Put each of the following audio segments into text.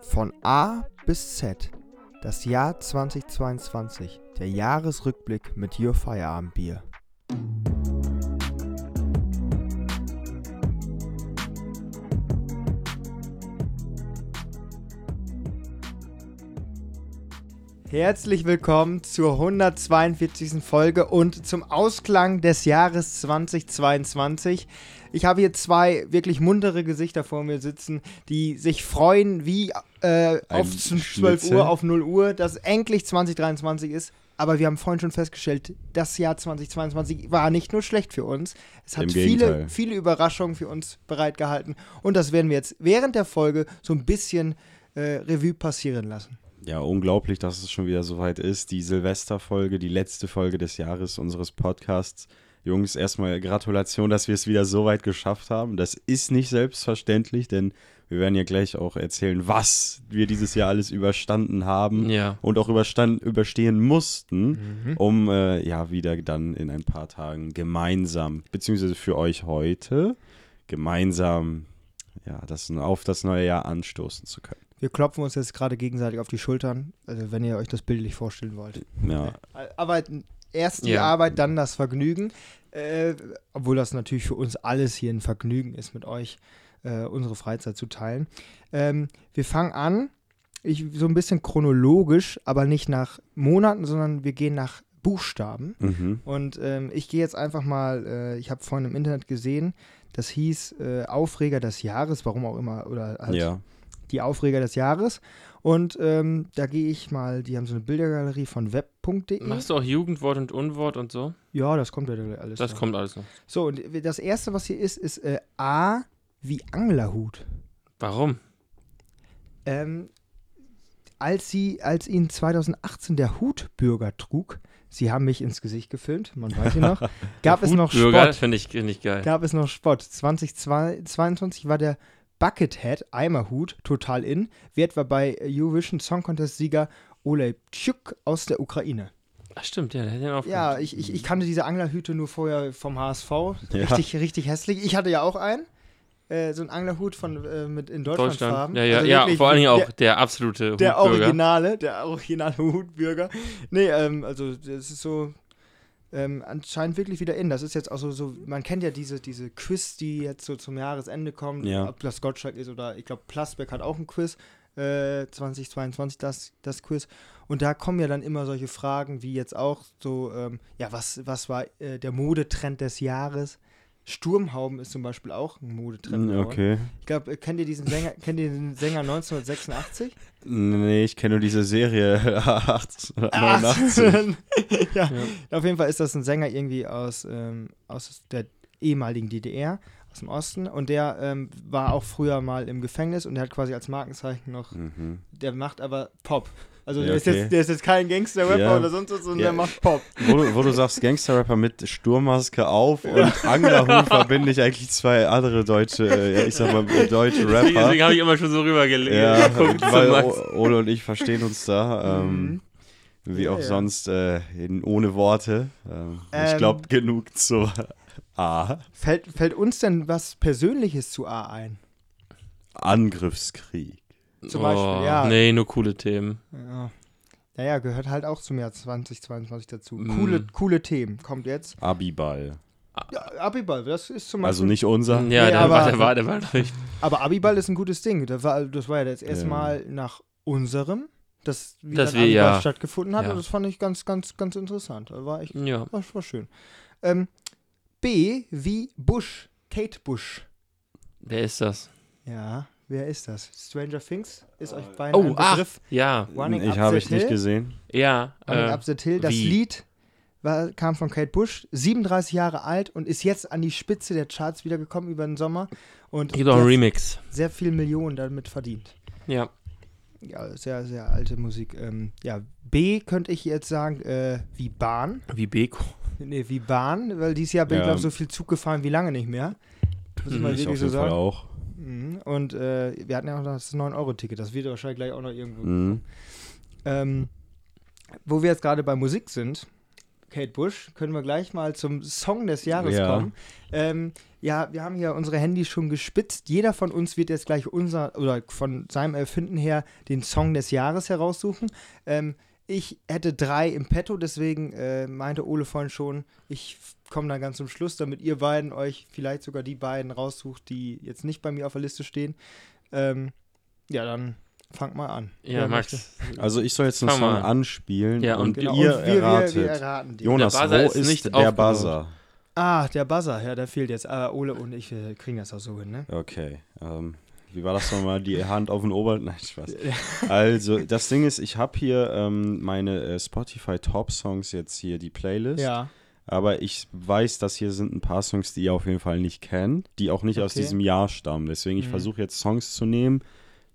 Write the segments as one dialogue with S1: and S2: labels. S1: Von A bis Z. Das Jahr 2022. Der Jahresrückblick mit Your Feierabendbier. Herzlich willkommen zur 142. Folge und zum Ausklang des Jahres 2022. Ich habe hier zwei wirklich muntere Gesichter vor mir sitzen, die sich freuen wie äh,
S2: Ein
S1: auf 12
S2: Schnitzel.
S1: Uhr, auf 0 Uhr, dass endlich 2023 ist. Aber wir haben vorhin schon festgestellt, das Jahr 2022 war nicht nur schlecht für uns, es hat
S2: Im
S1: viele,
S2: Gegenteil.
S1: viele Überraschungen für uns bereitgehalten. Und das werden wir jetzt während der Folge so ein bisschen äh, Revue passieren lassen.
S2: Ja, unglaublich, dass es schon wieder soweit ist. Die Silvesterfolge, die letzte Folge des Jahres unseres Podcasts. Jungs, erstmal Gratulation, dass wir es wieder so weit geschafft haben. Das ist nicht selbstverständlich, denn wir werden ja gleich auch erzählen, was wir dieses Jahr alles überstanden
S1: Hm.
S2: haben
S3: Ja.
S2: und auch überstand, überstehen mussten, um äh, ja wieder dann in ein paar Tagen gemeinsam, beziehungsweise für euch heute, gemeinsam ja, das, auf das neue Jahr anstoßen zu können.
S1: Wir klopfen uns jetzt gerade gegenseitig auf die Schultern, also wenn ihr euch das bildlich vorstellen wollt.
S2: Ja,
S1: Arbeiten, erst die
S3: Ja.
S1: Arbeit, dann das Vergnügen. Äh, obwohl das natürlich für uns alles hier ein Vergnügen ist, mit euch äh, unsere Freizeit zu teilen. Ähm, wir fangen an, ich, so ein bisschen chronologisch, aber nicht nach Monaten, sondern wir gehen nach Buchstaben.
S2: mhm.
S1: Und ähm, ich gehe jetzt einfach mal, äh, ich habe vorhin im Internet gesehen, das hieß äh, Aufreger des Jahres, warum auch immer, oder halt
S2: ja.
S1: die Aufreger des Jahres. Und ähm, da gehe ich mal, die haben so eine Bildergalerie von web.de.
S3: Machst du auch Jugendwort und Unwort und so?
S1: Ja, das kommt ja gleich alles.
S3: Das
S1: noch.
S3: kommt alles noch.
S1: So, und das erste, was hier ist, ist äh, A wie Anglerhut.
S3: Warum?
S1: Ähm, als, sie, als ihnen 2018 der Hutbürger trug, sie haben mich ins Gesicht gefilmt, man weiß ja noch, gab es noch
S3: Bürger
S1: Spott.
S3: finde ich, find ich geil.
S1: Gab es noch Spott. 2022 war der Buckethead Eimerhut total in. Wert war bei Eurovision Song Contest Sieger Olej Tschuk aus der Ukraine.
S3: Ach stimmt, ja, der hätte ihn auch.
S1: Ja, ich, ich, ich kannte diese Anglerhüte nur vorher vom HSV.
S2: Ja.
S1: Richtig, richtig hässlich. Ich hatte ja auch einen. Äh, so einen Anglerhut von, äh, mit in Deutschland, Farben.
S3: Deutschland. Ja, ja,
S1: Also
S3: ja
S1: wirklich
S3: vor allen Dingen auch
S1: Der,
S3: der, absolute
S1: der
S3: Hutbürger.
S1: originale, der originale Hutbürger. Nee, ähm, also das ist so ähm, anscheinend wirklich wieder in. Das ist jetzt auch so, so man kennt ja diese, diese Quiz, die jetzt so zum Jahresende kommen.
S2: Ja.
S1: Ob das Gottschalk ist oder ich glaube, Plasberg hat auch ein Quiz. Äh, 2022 das, das Quiz. Und da kommen ja dann immer solche Fragen wie jetzt auch so, ähm, ja, was, was war äh, der Modetrend des Jahres? Sturmhauben ist zum Beispiel auch ein Modetrend.
S2: Mm,
S1: geworden.
S2: Okay.
S1: Ich glaube, kennt ihr diesen Sänger, kennt ihr den Sänger 1986?
S2: Nee, ich kenne nur diese Serie 89.
S1: 18. ja. Auf jeden Fall ist das ein Sänger irgendwie aus, ähm, aus der ehemaligen DDR, aus dem Osten. Und der ähm, war auch früher mal im Gefängnis und der hat quasi als Markenzeichen noch,
S2: Mhm.
S1: der macht aber Pop. Also
S2: Ja,
S1: der, ist
S2: okay.
S1: jetzt, der ist jetzt kein Gangster-Rapper
S2: Ja.
S1: oder sonst was, sondern
S2: Ja.
S1: der macht Pop.
S2: Wo, du- wo du sagst Gangsterrapper mit Sturmmaske auf und Anglerhut verbinde ich eigentlich zwei andere deutsche, äh, ich sag mal deutsche
S3: Deswegen,
S2: Rapper.
S3: deswegen habe ich immer schon so rübergelegt.
S2: Ja,
S3: geguckt zu
S2: weil
S3: Max.
S2: O- Ole und ich verstehen uns da. Ähm, Wie
S1: Mhm. Ja,
S2: auch
S1: ja.
S2: sonst, äh, in, ohne Worte. Ähm, ich
S1: Ähm.
S2: glaube, genug zu A.
S1: Fällt, fällt uns denn was Persönliches zu A ein?
S2: Angriffskrieg.
S1: Zum Beispiel, ja.
S3: Oh, Nee, nur coole Themen.
S1: Ja. Naja, gehört halt auch zum Jahr 2022 dazu.
S2: Hm.
S1: Coole, coole Themen. Kommt jetzt.
S2: Abiball.
S1: Ja, Abiball, das ist zum Beispiel.
S2: Ah. Also nicht unser.
S3: Ja,
S1: Nee,
S3: der,
S1: aber-
S3: war, der war, der war, der
S1: Aber Abiball ist ein gutes Ding. Das war, das war ja das erste
S2: Ja.
S1: Mal nach unserem, dass wie
S3: Dass
S1: dann
S3: wir,
S1: Abiball
S3: ja.
S1: stattgefunden hat.
S3: Ja.
S1: Und das fand ich ganz, ganz, ganz interessant. Das War echt,
S3: ja.
S1: war, war schön. Ähm, B wie Bush, Kate Bush.
S3: Wer ist das?
S1: Ja, wer ist das? Stranger Things ist euch beiden
S3: Oh,
S1: ein
S3: ach,
S1: Begriff.
S3: ja,
S1: Running
S2: ich
S1: Up
S2: habe
S1: the
S2: ich nicht
S1: Hill.
S2: gesehen.
S3: ja.
S1: Running
S3: äh,
S1: Up That Hill. Das
S3: wie?
S1: Lied war, kam von Kate Bush, 37 Jahre alt und ist jetzt an die Spitze der Charts wiedergekommen über den Sommer und
S3: Gibt auch
S1: hat
S3: einen Remix.
S1: sehr viel Millionen damit verdient.
S3: Ja.
S1: Ja, sehr, sehr alte Musik. Ähm, ja, B könnte ich jetzt sagen, äh, wie Bahn.
S3: Wie Beko.
S1: Nee, wie Bahn, weil dieses Jahr bin ich,
S2: Ja.
S1: glaube so viel Zug gefahren wie lange nicht mehr. Muss ich mal
S2: Ich auf
S1: wirklich so
S2: jeden Fall
S1: sagen.
S2: auch.
S1: Mhm. Und äh, wir hatten ja auch noch das 9-Euro-Ticket, das wird wahrscheinlich gleich auch noch irgendwo.
S2: Mhm.
S1: Ähm, wo wir jetzt gerade bei Musik sind, Kate Bush, können wir gleich mal zum Song des Jahres
S2: Ja.
S1: kommen. Ähm, ja, wir haben hier unsere Handys schon gespitzt. Jeder von uns wird jetzt gleich unser oder von seinem Erfinden her den Song des Jahres heraussuchen. Ähm, ich hätte drei im Petto, deswegen äh, meinte Ole vorhin schon, ich komme dann ganz zum Schluss, damit ihr beiden euch vielleicht sogar die beiden raussucht, die jetzt nicht bei mir auf der Liste stehen. Ähm, ja, dann fangt mal an.
S3: Ja,
S1: Wer möchte?
S3: Max.
S2: Also ich soll jetzt einen
S3: Fang mal
S2: Song
S3: an.
S2: anspielen
S3: Ja,
S2: und,
S3: und
S1: Genau,
S2: ihr
S1: und wir,
S2: erratet.
S1: wir, wir erraten die.
S2: Jonas,
S3: Der Buzzer
S2: wo
S3: ist
S2: ist
S3: nicht
S2: der
S3: aufgebaut.
S2: Buzzer?
S1: Ah, der Buzzer, ja, der fehlt jetzt. Aber Ole und ich wir kriegen das auch so hin, ne?
S2: Okay. Ähm, wie war das nochmal? Die Hand auf den Ober... Nein, Spaß. Also, das Ding ist, ich habe hier ähm, meine äh, Spotify Top Songs jetzt hier, die Playlist.
S1: Ja.
S2: Aber ich weiß, dass hier sind ein paar Songs, die ihr auf jeden Fall nicht kennt, die auch nicht aus
S1: Okay.
S2: diesem Jahr stammen. Deswegen, ich
S1: Mhm.
S2: versuche jetzt Songs zu nehmen,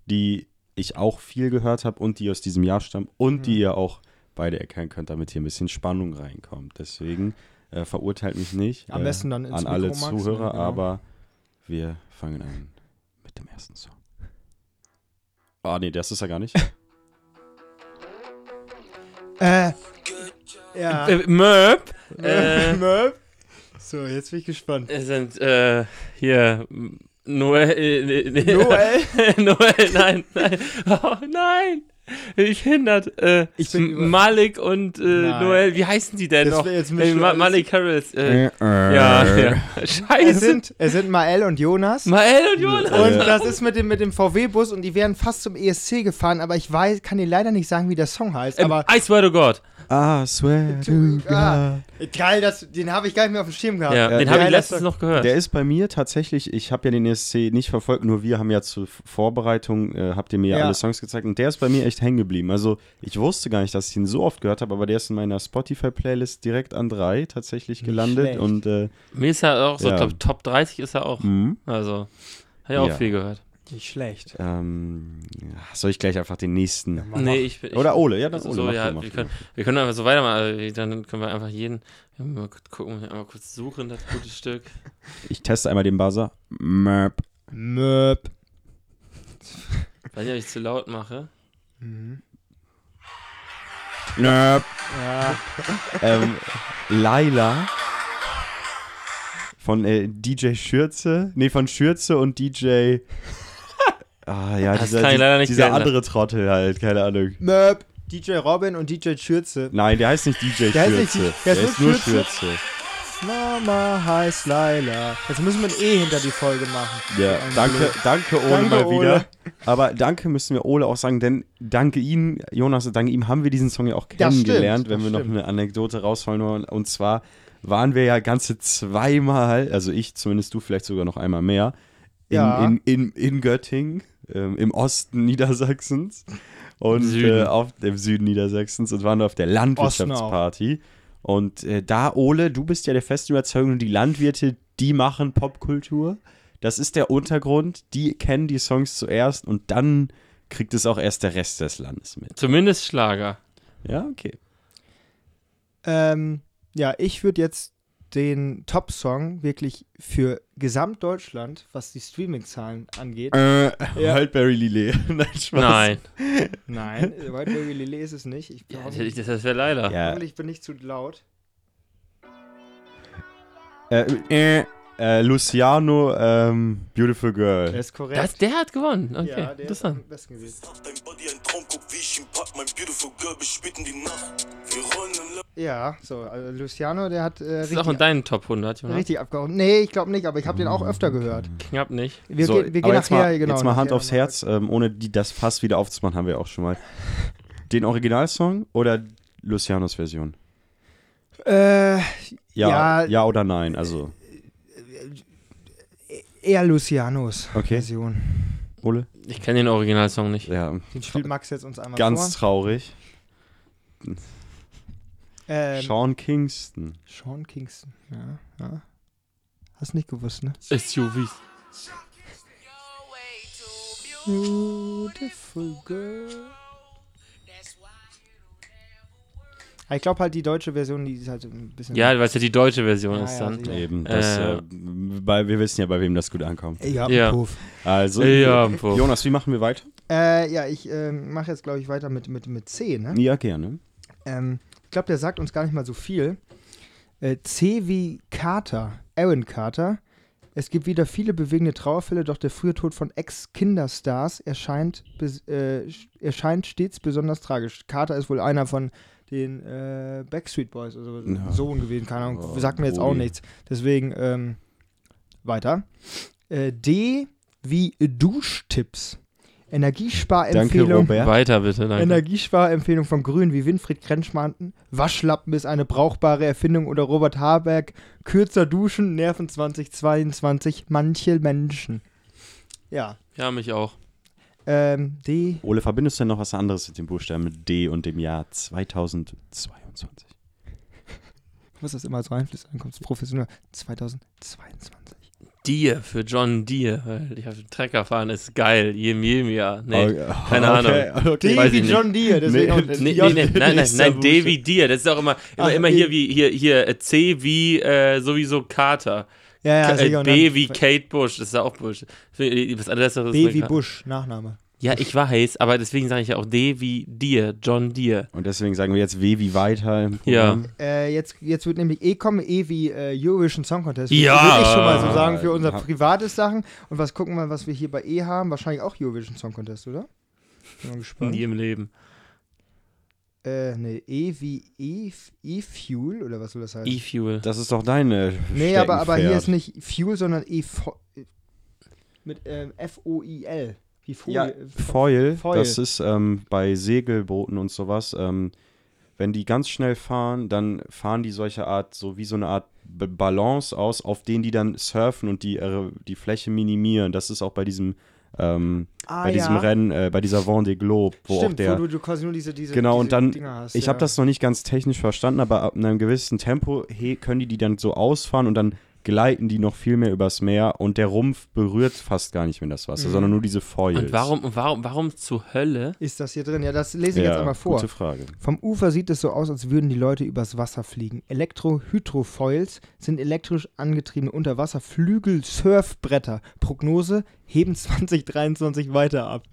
S2: die ich auch viel gehört habe und die aus diesem Jahr stammen und
S1: Mhm.
S2: die ihr auch beide erkennen könnt, damit hier ein bisschen Spannung reinkommt. Deswegen äh, verurteilt mich nicht
S1: Am
S2: äh,
S1: besten dann ins
S2: an alle
S1: Mikro, Max, ne?
S2: Zuhörer,
S1: Genau.
S2: aber wir fangen an mit dem ersten Song. Ah, nee, das ist er gar nicht.
S1: Äh. Ja.
S3: Äh, Möb. Äh,
S1: Möp. so, jetzt bin ich gespannt.
S3: Es sind äh, hier m- Noel. Äh, nee, nee.
S1: Noel?
S3: Noel, nein, nein. Oh nein! Ich hindert. Äh,
S1: Ich bin
S3: M-
S1: über-
S3: Malik und äh,
S1: Nein.
S3: Noel, wie heißen die denn
S1: Das
S3: noch?
S1: wär jetzt
S3: Äh,
S1: Michel
S3: Ma
S1: alles-
S3: Malik Harris. Äh, ja, ja.
S1: Es
S3: Scheiße.
S1: sind, es sind Mael und Jonas.
S3: Mael und Jonas.
S1: und
S2: Ja.
S1: das ist mit dem, mit dem VW-Bus und die wären fast zum ESC gefahren, aber ich weiß, kann dir leider nicht sagen, wie der Song heißt.
S3: Ähm,
S1: Aber
S3: I swear to God.
S2: Ah, swear to God.
S1: ah, geil, das, den habe ich gar nicht mehr auf dem Schirm gehabt.
S3: Ja,
S2: ja,
S3: den
S1: ja,
S3: habe ich
S1: das
S3: letztens
S1: doch-
S3: noch gehört.
S2: Der ist bei mir tatsächlich, ich habe ja den ESC nicht verfolgt, nur wir haben ja zur Vorbereitung, äh, habt ihr mir ja,
S1: Ja.
S2: alle Songs gezeigt und der ist bei mir echt hängen geblieben. Also ich wusste gar nicht, dass ich ihn so oft gehört habe, aber der ist in meiner Spotify-Playlist direkt an drei tatsächlich gelandet
S1: schlecht.
S2: und äh,
S3: Mir ist er auch so,
S2: Ja.
S3: glaub, Top 30 ist er auch.
S2: mhm.
S3: Also, habe ich auch
S2: Ja.
S3: viel gehört.
S1: Nicht schlecht.
S2: ähm, ja, soll ich gleich einfach den nächsten.
S1: Mach.
S3: Nee, ich, ich,
S2: Oder Ole, ja, dann
S3: Also
S2: Ole.
S3: so,
S2: mach
S3: ja,
S2: du, mach
S3: wir,
S2: du.
S3: können, wir können einfach so weitermachen. Also, Dann können wir einfach jeden ja, mal kurz gucken, einmal kurz suchen, das gute Stück.
S2: Ich teste einmal den Buzzer. Möp.
S1: Möp.
S3: Weiß nicht, ob ich zu laut mache.
S2: Möp.
S1: Ja.
S2: ähm, Laila von äh, DJ Schürze, nee, von Schürze und DJ. Ah ja,
S3: Das
S2: dieser,
S3: kann ich
S2: die-
S3: leider nicht
S2: dieser
S3: beenden.
S2: andere Trottel halt, keine Ahnung.
S1: Möp. DJ Robin und DJ Schürze.
S2: Nein, der heißt nicht DJ
S1: Der heißt
S2: Schürze.
S1: nicht DJ
S2: der
S1: der ist
S2: ist
S1: nur
S2: nur Schürze.
S1: Mama heißt Laila. Jetzt müssen wir ein E hinter die Folge machen.
S2: Ja,
S1: Ein
S2: danke,
S1: Glück.
S2: danke Ole
S1: Danke,
S2: mal wieder.
S1: Ole.
S2: Aber danke müssen wir Ole auch sagen, denn danke Ihnen, Jonas, und danke ihm haben wir diesen Song ja auch
S1: Das stimmt,
S2: kennengelernt, wenn
S1: das
S2: wir noch
S1: stimmt.
S2: eine Anekdote rausholen wollen. Und zwar waren wir ja ganze zweimal, also ich zumindest, du vielleicht sogar noch einmal mehr, in,
S1: Ja.
S2: in, in, in Göttingen, ähm, im Osten Niedersachsens und Äh,
S3: Süden.
S2: auf dem Süden Niedersachsens und waren auf der Landwirtschaftsparty. Und äh, da, Ole, du bist ja der festen Überzeugung, die Landwirte, die machen Popkultur. Das ist der Untergrund. Die kennen die Songs zuerst und dann kriegt es auch erst der Rest des Landes mit.
S3: Zumindest Schlager.
S2: Ja, okay.
S1: Ähm, ja, ich würde jetzt den Top-Song wirklich für Gesamtdeutschland, was die Streaming-Zahlen angeht.
S2: Äh,
S1: Ja.
S2: Wildberry Lillet. Nein, Spaß.
S3: Nein.
S1: Nein, äh, White Baby Lily ist es nicht. Ich
S3: Ja,
S1: hoffe,
S3: das das wäre leider.
S2: Ja.
S1: hoffentlich bin ich zu laut.
S2: Äh, äh, äh, Luciano, ähm, Beautiful
S1: Er
S2: Girl.
S1: ist korrekt.
S3: Das, der hat gewonnen. Okay,
S1: ja, der ist
S3: interessant.
S1: am besten gewesen.
S4: Auf dein Body ein Traum, guck wie ich ihn pack, mein beautiful girl bis spät in die Nacht. Wir rollen im
S1: Ja, so, also Luciano, der hat äh,
S3: Das ist auch in
S1: richtig,
S3: deinen Top 100, Jonas.
S1: richtig abgehauen. Nee, ich glaube nicht, aber ich habe den auch öfter gehört.
S3: Knapp nicht.
S1: Wir,
S2: So,
S1: gehen, wir
S2: aber
S1: gehen
S2: jetzt
S1: nachher,
S2: mal,
S1: genau.
S2: Jetzt mal Hand
S1: nachher
S2: aufs
S1: nochmal.
S2: Herz, ähm, ohne die, das Fass wieder aufzumachen, haben wir auch schon mal. Den Originalsong oder Lucianos Version?
S1: Äh,
S2: Ja,
S1: Ja.
S2: ja. oder nein? Also,
S1: eher Lucianos
S2: Okay.
S1: Version.
S2: Ole?
S3: Ich kenne den Originalsong nicht.
S2: Ja,
S1: Den spielt Max jetzt uns einmal
S2: ganz
S1: vor.
S2: traurig.
S1: Ähm,
S2: Sean Kingston.
S1: Sean Kingston. Ja, ja. Hast nicht gewusst, ne?
S3: SUVs.
S1: Beautiful girl. Ich glaube halt, die deutsche Version, die ist halt ein bisschen.
S3: Ja, weil es ja die deutsche Version
S1: Ja,
S3: ist
S1: ja,
S3: dann.
S1: sie-
S2: Eben, das,
S3: Äh.
S2: äh, bei, wir wissen ja, bei wem das gut ankommt.
S1: ja,
S3: Ja.
S1: Puff.
S2: Also,
S3: Ja, Puff.
S2: Jonas, wie machen wir weiter?
S1: Äh, ja ich ähm, mache jetzt, glaube ich, weiter mit, mit, mit C, ne?
S2: Ja, gerne.
S1: Ähm, glaube, der sagt uns gar nicht mal so viel. Äh, C wie Carter, Aaron Carter. Es gibt wieder viele bewegende Trauerfälle, doch der frühe Tod von Ex-Kinderstars erscheint, bes- äh, sch- erscheint stets besonders tragisch. Carter ist wohl einer von den äh, Backstreet Boys oder so,
S2: Ja.
S1: so gewesen, keine Ahnung,
S2: Oh,
S1: sagt mir jetzt auch
S2: Boogie.
S1: nichts. Deswegen ähm, weiter. Äh, D wie Duschtipps.
S2: Danke,
S1: Energiesparempfehlung.
S2: Robert.
S3: Weiter bitte, danke.
S1: Energiesparempfehlung von Grün wie Winfried Kretschmann. Waschlappen ist eine brauchbare Erfindung oder Robert Habeck. Kürzer duschen, Nerven 2022, manche Menschen. Ja.
S3: ja, mich auch.
S1: Ähm, D.
S2: Ole, verbindest du denn noch was anderes mit dem Buchstaben D und dem Jahr 2022?
S1: Muss das immer so einfließen? Dann kommt es professionell. 2022.
S3: Deer für John Deere, weil ich auf dem Trecker fahren ist geil, jedem, jedem Jahr. Nee,
S2: Oh, oh,
S3: keine
S2: okay, Okay.
S3: D Weiß wie ich nicht.
S1: John Deere.
S2: deswegen auch das
S3: Nee,
S2: Ja,
S3: nee, nee, nein, nein,
S2: nächster
S3: nein, D wie Deer. Das ist auch immer, immer,
S1: Ah,
S3: immer
S1: eh.
S3: hier wie hier, hier äh, C wie äh, sowieso Kater.
S1: Ja, ja, sicher.
S3: äh,
S1: Und
S3: B
S1: dann-
S3: wie Kate Bush, das ist ja auch Bush. Was anderes ist mir
S1: B wie
S3: grad-
S1: Bush, Nachname.
S3: Ja, ich weiß, aber deswegen sage ich ja auch D wie Deer, John Deere.
S2: Und deswegen sagen wir jetzt W wie weiter. im
S3: Ja.
S2: Programm.
S1: Äh, jetzt, jetzt wird nämlich eh kommen, eh wie äh, Eurovision Song Contest.
S3: Ja.
S1: Würde ich schon mal so sagen für unser
S2: Ja.
S1: privates Sachen. Und was gucken wir, was wir hier bei E haben? Wahrscheinlich auch Eurovision Song Contest, oder? Bin mal gespannt.
S3: Nie im Leben.
S1: Äh, ne, E wie E- E-Fuel oder was soll das heißen?
S2: E
S3: E-Fuel.
S2: Das ist doch deine.
S1: nee, aber, aber hier
S2: Steckenpferd.
S1: ist nicht Fuel, sondern E mit ähm, F-O-I-L. Wie Folie.
S2: Ja,
S1: äh,
S2: Foil,
S1: Foil.
S2: das ist ähm, bei Segelbooten und sowas, ähm, wenn die ganz schnell fahren, dann fahren die solche Art, so wie so eine Art B- Balance aus, auf denen die dann surfen und die, ihre, die Fläche minimieren. Das ist auch bei diesem, ähm,
S1: ah,
S2: bei diesem
S1: ja.
S2: Rennen, äh, bei dieser Vendée Globe, wo
S1: Stimmt,
S2: auch der.
S1: wo du, du quasi nur diese, diese,
S2: Genau,
S1: diese
S2: und dann-
S1: Dinger hast.
S2: Ich
S1: ja.
S2: habe das noch nicht ganz technisch verstanden, aber ab einem gewissen Tempo he, können die die dann so ausfahren und dann gleiten die noch viel mehr übers Meer und der Rumpf berührt fast gar nicht mehr das Wasser,
S1: Mhm.
S2: sondern nur diese Foils.
S3: Und warum, und warum, warum zur Hölle?
S1: Ist das hier drin? Ja, das lese ich
S2: ja,
S1: jetzt einmal vor.
S2: Gute Frage.
S1: Vom Ufer sieht es so aus, als würden die Leute übers Wasser fliegen. Elektro-Hydrofoils sind elektrisch angetriebene Unterwasserflügel-Surfbretter. Prognose, heben 2023 weiter ab.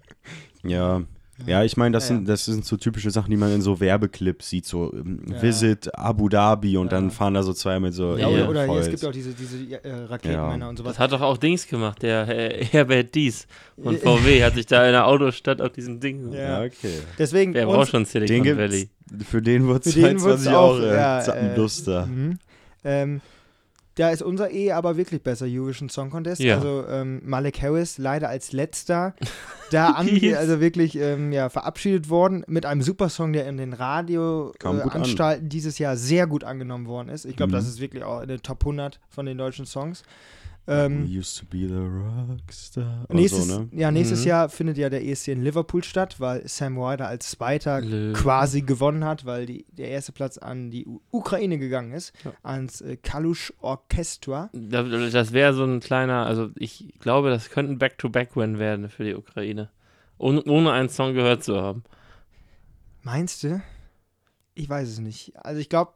S2: Ja. Ja, ich meine, das,
S1: Ja,
S2: sind, das sind so typische Sachen, die man in so Werbeclips sieht, so ähm,
S1: Ja.
S2: Visit Abu Dhabi und
S1: Ja.
S2: dann fahren da so zwei mit so
S1: Ja,
S3: Ja,
S1: oder
S3: ja,
S1: oder hier, es
S2: Foils.
S1: gibt ja auch diese, diese äh, Raketenmänner
S2: Ja.
S1: und sowas.
S3: Das hat doch auch Dings gemacht, der äh, Herbert Dies von
S1: Äh,
S3: VW hat sich da in der Autostadt auf diesem Ding.
S1: Ja.
S2: Ja, okay.
S1: äh, Deswegen,
S3: Wer braucht
S1: uns,
S3: schon
S2: Den
S3: Silicon
S2: gibt's,
S3: Valley?
S2: für den
S1: Für
S2: wurde
S1: den wird's
S2: 22 auch
S1: auch,
S2: äh,
S1: ja, äh,
S2: Zappenduster.
S1: Mhm. ähm, da ist unser E aber wirklich besser, Eurovision Song Contest.
S3: Ja.
S1: Also ähm, Malik Harris leider als letzter da an,
S3: Yes.
S1: also wirklich ähm, ja, verabschiedet worden mit einem Supersong, der in den
S2: Kam gut an.
S1: Radioanstalten dieses Jahr sehr gut angenommen worden ist. Ich glaube,
S2: Mhm.
S1: das ist wirklich auch in den Top 100 von den deutschen Songs. Ähm,
S2: We used to be the rockstar. Oder
S1: Nächstes,
S2: so, ne?
S1: ja, nächstes
S3: Mhm.
S1: Jahr findet ja der E ESC in Liverpool statt, weil Sam Ryder als Zweiter
S3: Lö.
S1: quasi gewonnen hat, weil die, der erste Platz an die U Ukraine gegangen ist,
S3: Ja.
S1: ans äh, Kalusch Orchestra.
S3: Da- Das wäre so ein kleiner, also ich glaube, das könnten Back-to-Back-Win werden für die Ukraine. Ohne, ohne einen Song gehört zu haben.
S1: Meinst du? Ich weiß es nicht. Also ich glaube,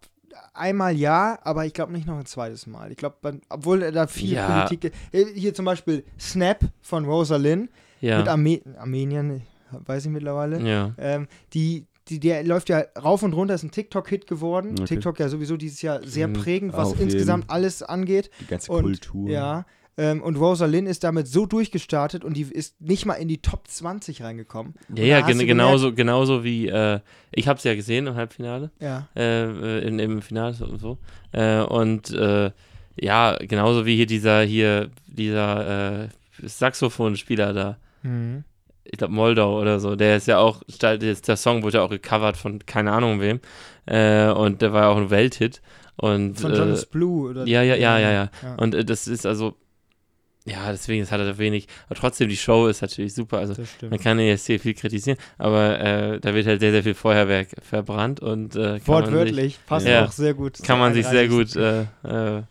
S1: einmal ja, aber ich glaube nicht noch ein zweites Mal. Ich glaube, obwohl da viel
S3: Ja.
S1: Politik... Äh, Hier zum Beispiel Snap von Rosalind mit
S3: Ja.
S1: Arme Armenien, weiß ich mittlerweile.
S3: ja.
S1: Ähm, die, die, der läuft ja rauf und runter, ist ein TikTok-Hit geworden.
S2: Okay.
S1: TikTok ja sowieso dieses Jahr sehr
S3: Mhm,
S1: prägend, was
S2: auf
S1: insgesamt alles angeht.
S2: Die ganze
S1: Und,
S2: Kultur.
S1: Ja. Ähm, und Rosalind ist damit so durchgestartet und die ist nicht mal in die Top 20 reingekommen.
S3: Ja,
S1: Und
S3: ja,
S1: da hast
S3: gen
S1: du
S3: genauso, genauso wie, äh, ich habe es ja gesehen im Halbfinale,
S1: Ja.
S3: äh, in, im Finale und so. Äh, und äh, ja, genauso wie hier dieser, hier, dieser äh, Saxophonspieler da.
S1: Mhm.
S3: ich glaube Moldau oder so, der ist ja auch, der, der Song wurde ja auch gecovert von keine Ahnung wem äh, und der war ja auch ein Welthit und
S1: Von
S3: äh,
S1: Jonas Blue oder
S3: ja, ja, ja, ja, ja.
S1: Ja.
S3: und äh, das ist also, ja, deswegen, das hat er wenig, aber trotzdem, die Show ist natürlich super, also
S1: das stimmt.
S3: man kann den ESC viel kritisieren, aber äh, da wird halt sehr, sehr viel Feuerwerk verbrannt und äh, kann man sich,
S1: Wortwörtlich, passt
S3: Ja.
S1: auch sehr gut.
S3: kann man sich sehr gut,
S1: 31.
S3: äh, äh,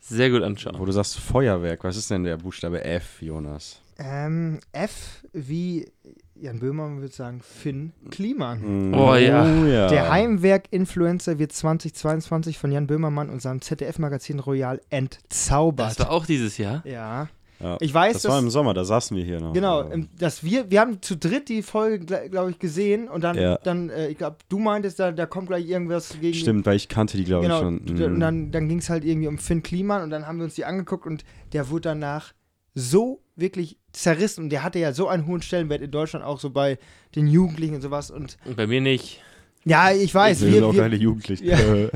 S3: sehr gut anschauen.
S2: Wo du sagst Feuerwerk, was ist denn der Buchstabe F, Jonas?
S1: Ähm, F wie Jan Böhmermann würde sagen, Finn Kliman.
S2: Hm.
S3: Oh, ja.
S1: Der Heimwerk-Influencer wird 2022 von Jan Böhmermann und seinem ZDF-Magazin Royal entzaubert.
S3: Das war auch dieses Jahr.
S1: ja.
S2: Ja.
S1: Ich weiß,
S2: das
S1: dass-
S2: war im Sommer, da saßen wir hier noch.
S1: Genau,
S2: Aber-
S1: ähm, dass wir, wir haben zu dritt die Folge, glaube ich, gesehen und dann,
S2: Ja.
S1: dann äh, ich glaube, du meintest, da, da kommt gleich irgendwas gegen.
S2: Stimmt, weil ich kannte die, glaube
S1: genau.
S2: ich, schon. Mhm. Hm.
S1: d- Und dann, dann ging es halt irgendwie um Finn Kliman und dann haben wir uns die angeguckt und der wurde danach so wirklich zerrissen und der hatte ja so einen hohen Stellenwert in Deutschland auch so bei den Jugendlichen und sowas und
S3: Bei mir nicht.
S1: ja, ich weiß,
S2: wir sind
S1: wir,
S2: auch
S1: wir,
S2: keine Jugendlichen.
S1: Ja.
S2: Äh,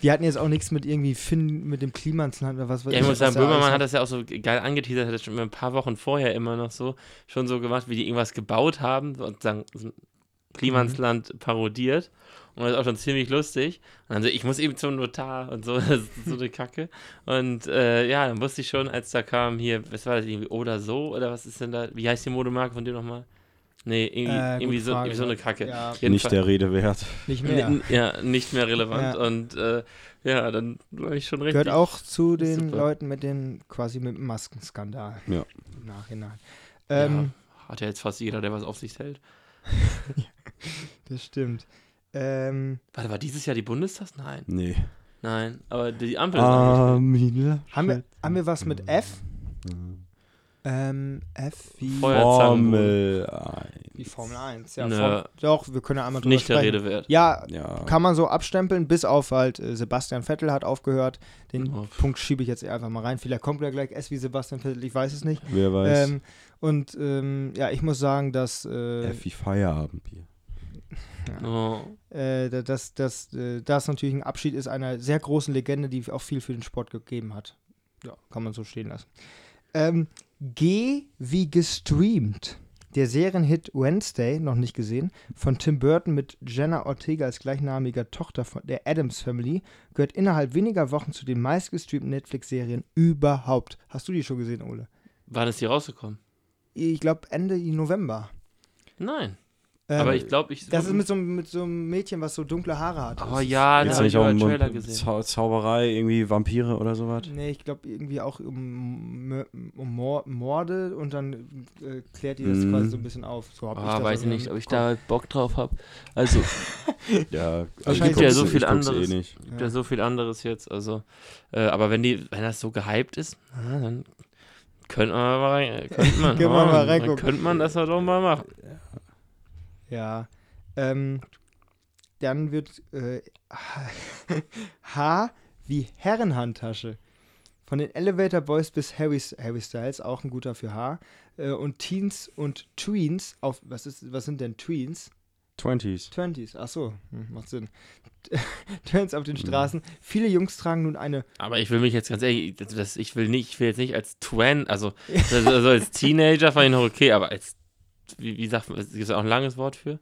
S1: wir hatten jetzt auch nichts mit irgendwie Finn mit dem Kliman zu tun oder was weiß
S3: Ja, ich
S1: was
S3: muss sagen,
S1: da alles
S3: Böhmermann hat
S1: hat.
S3: das ja auch so geil angeteasert, hat das schon ein paar Wochen vorher immer noch so, schon so gemacht, wie die irgendwas gebaut haben und sagen, Klimansland
S1: Mhm.
S3: parodiert. Und das ist auch schon ziemlich lustig. Und dann so, ich muss eben zum Notar und so, das ist so eine Kacke. Und äh, ja, dann wusste ich schon, als da kam hier, was war das irgendwie, oder so, oder was ist denn da, wie heißt die Modemarke von dir nochmal? Nee, irgendwie,
S1: Äh, gute
S3: irgendwie, so,
S1: Frage,
S3: irgendwie so eine
S1: ja.
S3: Kacke.
S1: Ja.
S3: Jedenfalls-
S2: nicht der Rede wert.
S1: nicht mehr.
S3: N- Ja, nicht mehr relevant.
S1: Ja.
S3: Und äh, ja, dann war ich schon richtig.
S1: Gehört auch zu den
S3: Super.
S1: Leuten mit den quasi mit dem Maskenskandal.
S2: Ja.
S1: Im Nachhinein.
S3: Ja,
S1: Ähm,
S3: hat ja jetzt fast jeder, der was auf sich hält.
S1: Das stimmt. Ähm,
S3: Warte, war dieses Jahr die Bundestags? Nein.
S2: Nee.
S3: Nein, aber die Ampel ist auch nicht
S2: Armin
S1: haben, wir, haben wir was
S2: Mhm.
S1: mit F? Ähm, F wie,
S3: Feuer.
S2: Formel 1.
S1: wie Formel 1. Ja,
S3: Nö.
S1: Form, doch, wir können ja einmal
S3: mehr.
S1: drüber
S3: Nicht der
S1: Ähm, sprechen.
S3: Rede wert.
S1: Ja,
S2: Ja.
S1: kann man so abstempeln, bis auf halt äh, Sebastian Vettel hat aufgehört. Den
S3: Oh.
S1: Punkt schiebe ich jetzt einfach mal rein. Vielleicht kommt ja gleich S wie Sebastian Vettel, ich weiß es nicht.
S2: Wer weiß.
S1: Ähm, und ähm, ja, ich muss sagen, dass äh,
S2: F wie Feierabendbier.
S3: Oh.
S1: äh, da- dass, dass äh, das natürlich ein Abschied ist einer sehr großen Legende, die auch viel für den Sport gegeben hat. Ja, kann man so stehen lassen. Ähm, G wie gestreamt. Der Serienhit Wednesday, noch nicht gesehen, von Tim Burton mit Jenna Ortega als gleichnamiger Tochter von der Adams Family, gehört innerhalb weniger Wochen zu den meistgestreamten Netflix-Serien überhaupt. Hast du die schon gesehen, Ole?
S3: Wann ist die rausgekommen?
S1: Ich glaube Ende November.
S3: Nein.
S1: Ähm,
S3: aber ich glaube, ich.
S1: das ist mit so, einem- mit so einem Mädchen, was so dunkle Haare hat.
S3: Oh
S1: Das ist-
S3: ja, da
S2: Jetzt
S3: habe
S2: hab
S3: ich auch einen
S2: um-
S3: Trailer gesehen.
S2: Zau Zauberei, irgendwie Vampire oder sowas.
S1: Nee, ich glaube irgendwie auch um, Mö- um Mor- Morde und dann äh, klärt die das
S2: Mhm.
S1: quasi so ein bisschen auf. So hab ich
S3: Ah,
S1: das also
S3: weiß ich
S1: irgendwie
S3: nicht, ob ich
S1: mitbekommen.
S3: da Bock drauf habe. Also,
S2: Ja,
S1: gibt
S2: ich
S1: ja
S2: guck's-
S1: so
S2: ich
S3: viel
S2: guck's
S3: anderes.
S2: Eh nicht.
S3: gibt ja so viel anderes jetzt. Also, äh, aber wenn die, wenn das so gehypt ist, na, dann könnte man mal rein, könnte man, oh,
S1: Können wir mal
S3: dann
S1: reingucken.
S3: könnte man das doch mal machen.
S1: Ja. Ähm, dann wird äh, H wie Herrenhandtasche. Von den Elevator Boys bis Harry, Harry Styles, auch ein guter für H. Äh, und Teens und Tweens auf, was, ist, was sind denn Tweens?
S2: 20s.
S1: Twenties, ach so, hm, macht Sinn. Twents auf den
S3: Mhm.
S1: Straßen. Viele Jungs tragen nun eine
S3: Aber ich will mich jetzt ganz ehrlich, das- das, ich will nicht, ich will jetzt nicht als Twan, also, also als Teenager fand ich noch okay, aber als, wie, wie sagt man, gibt es auch ein langes Wort für?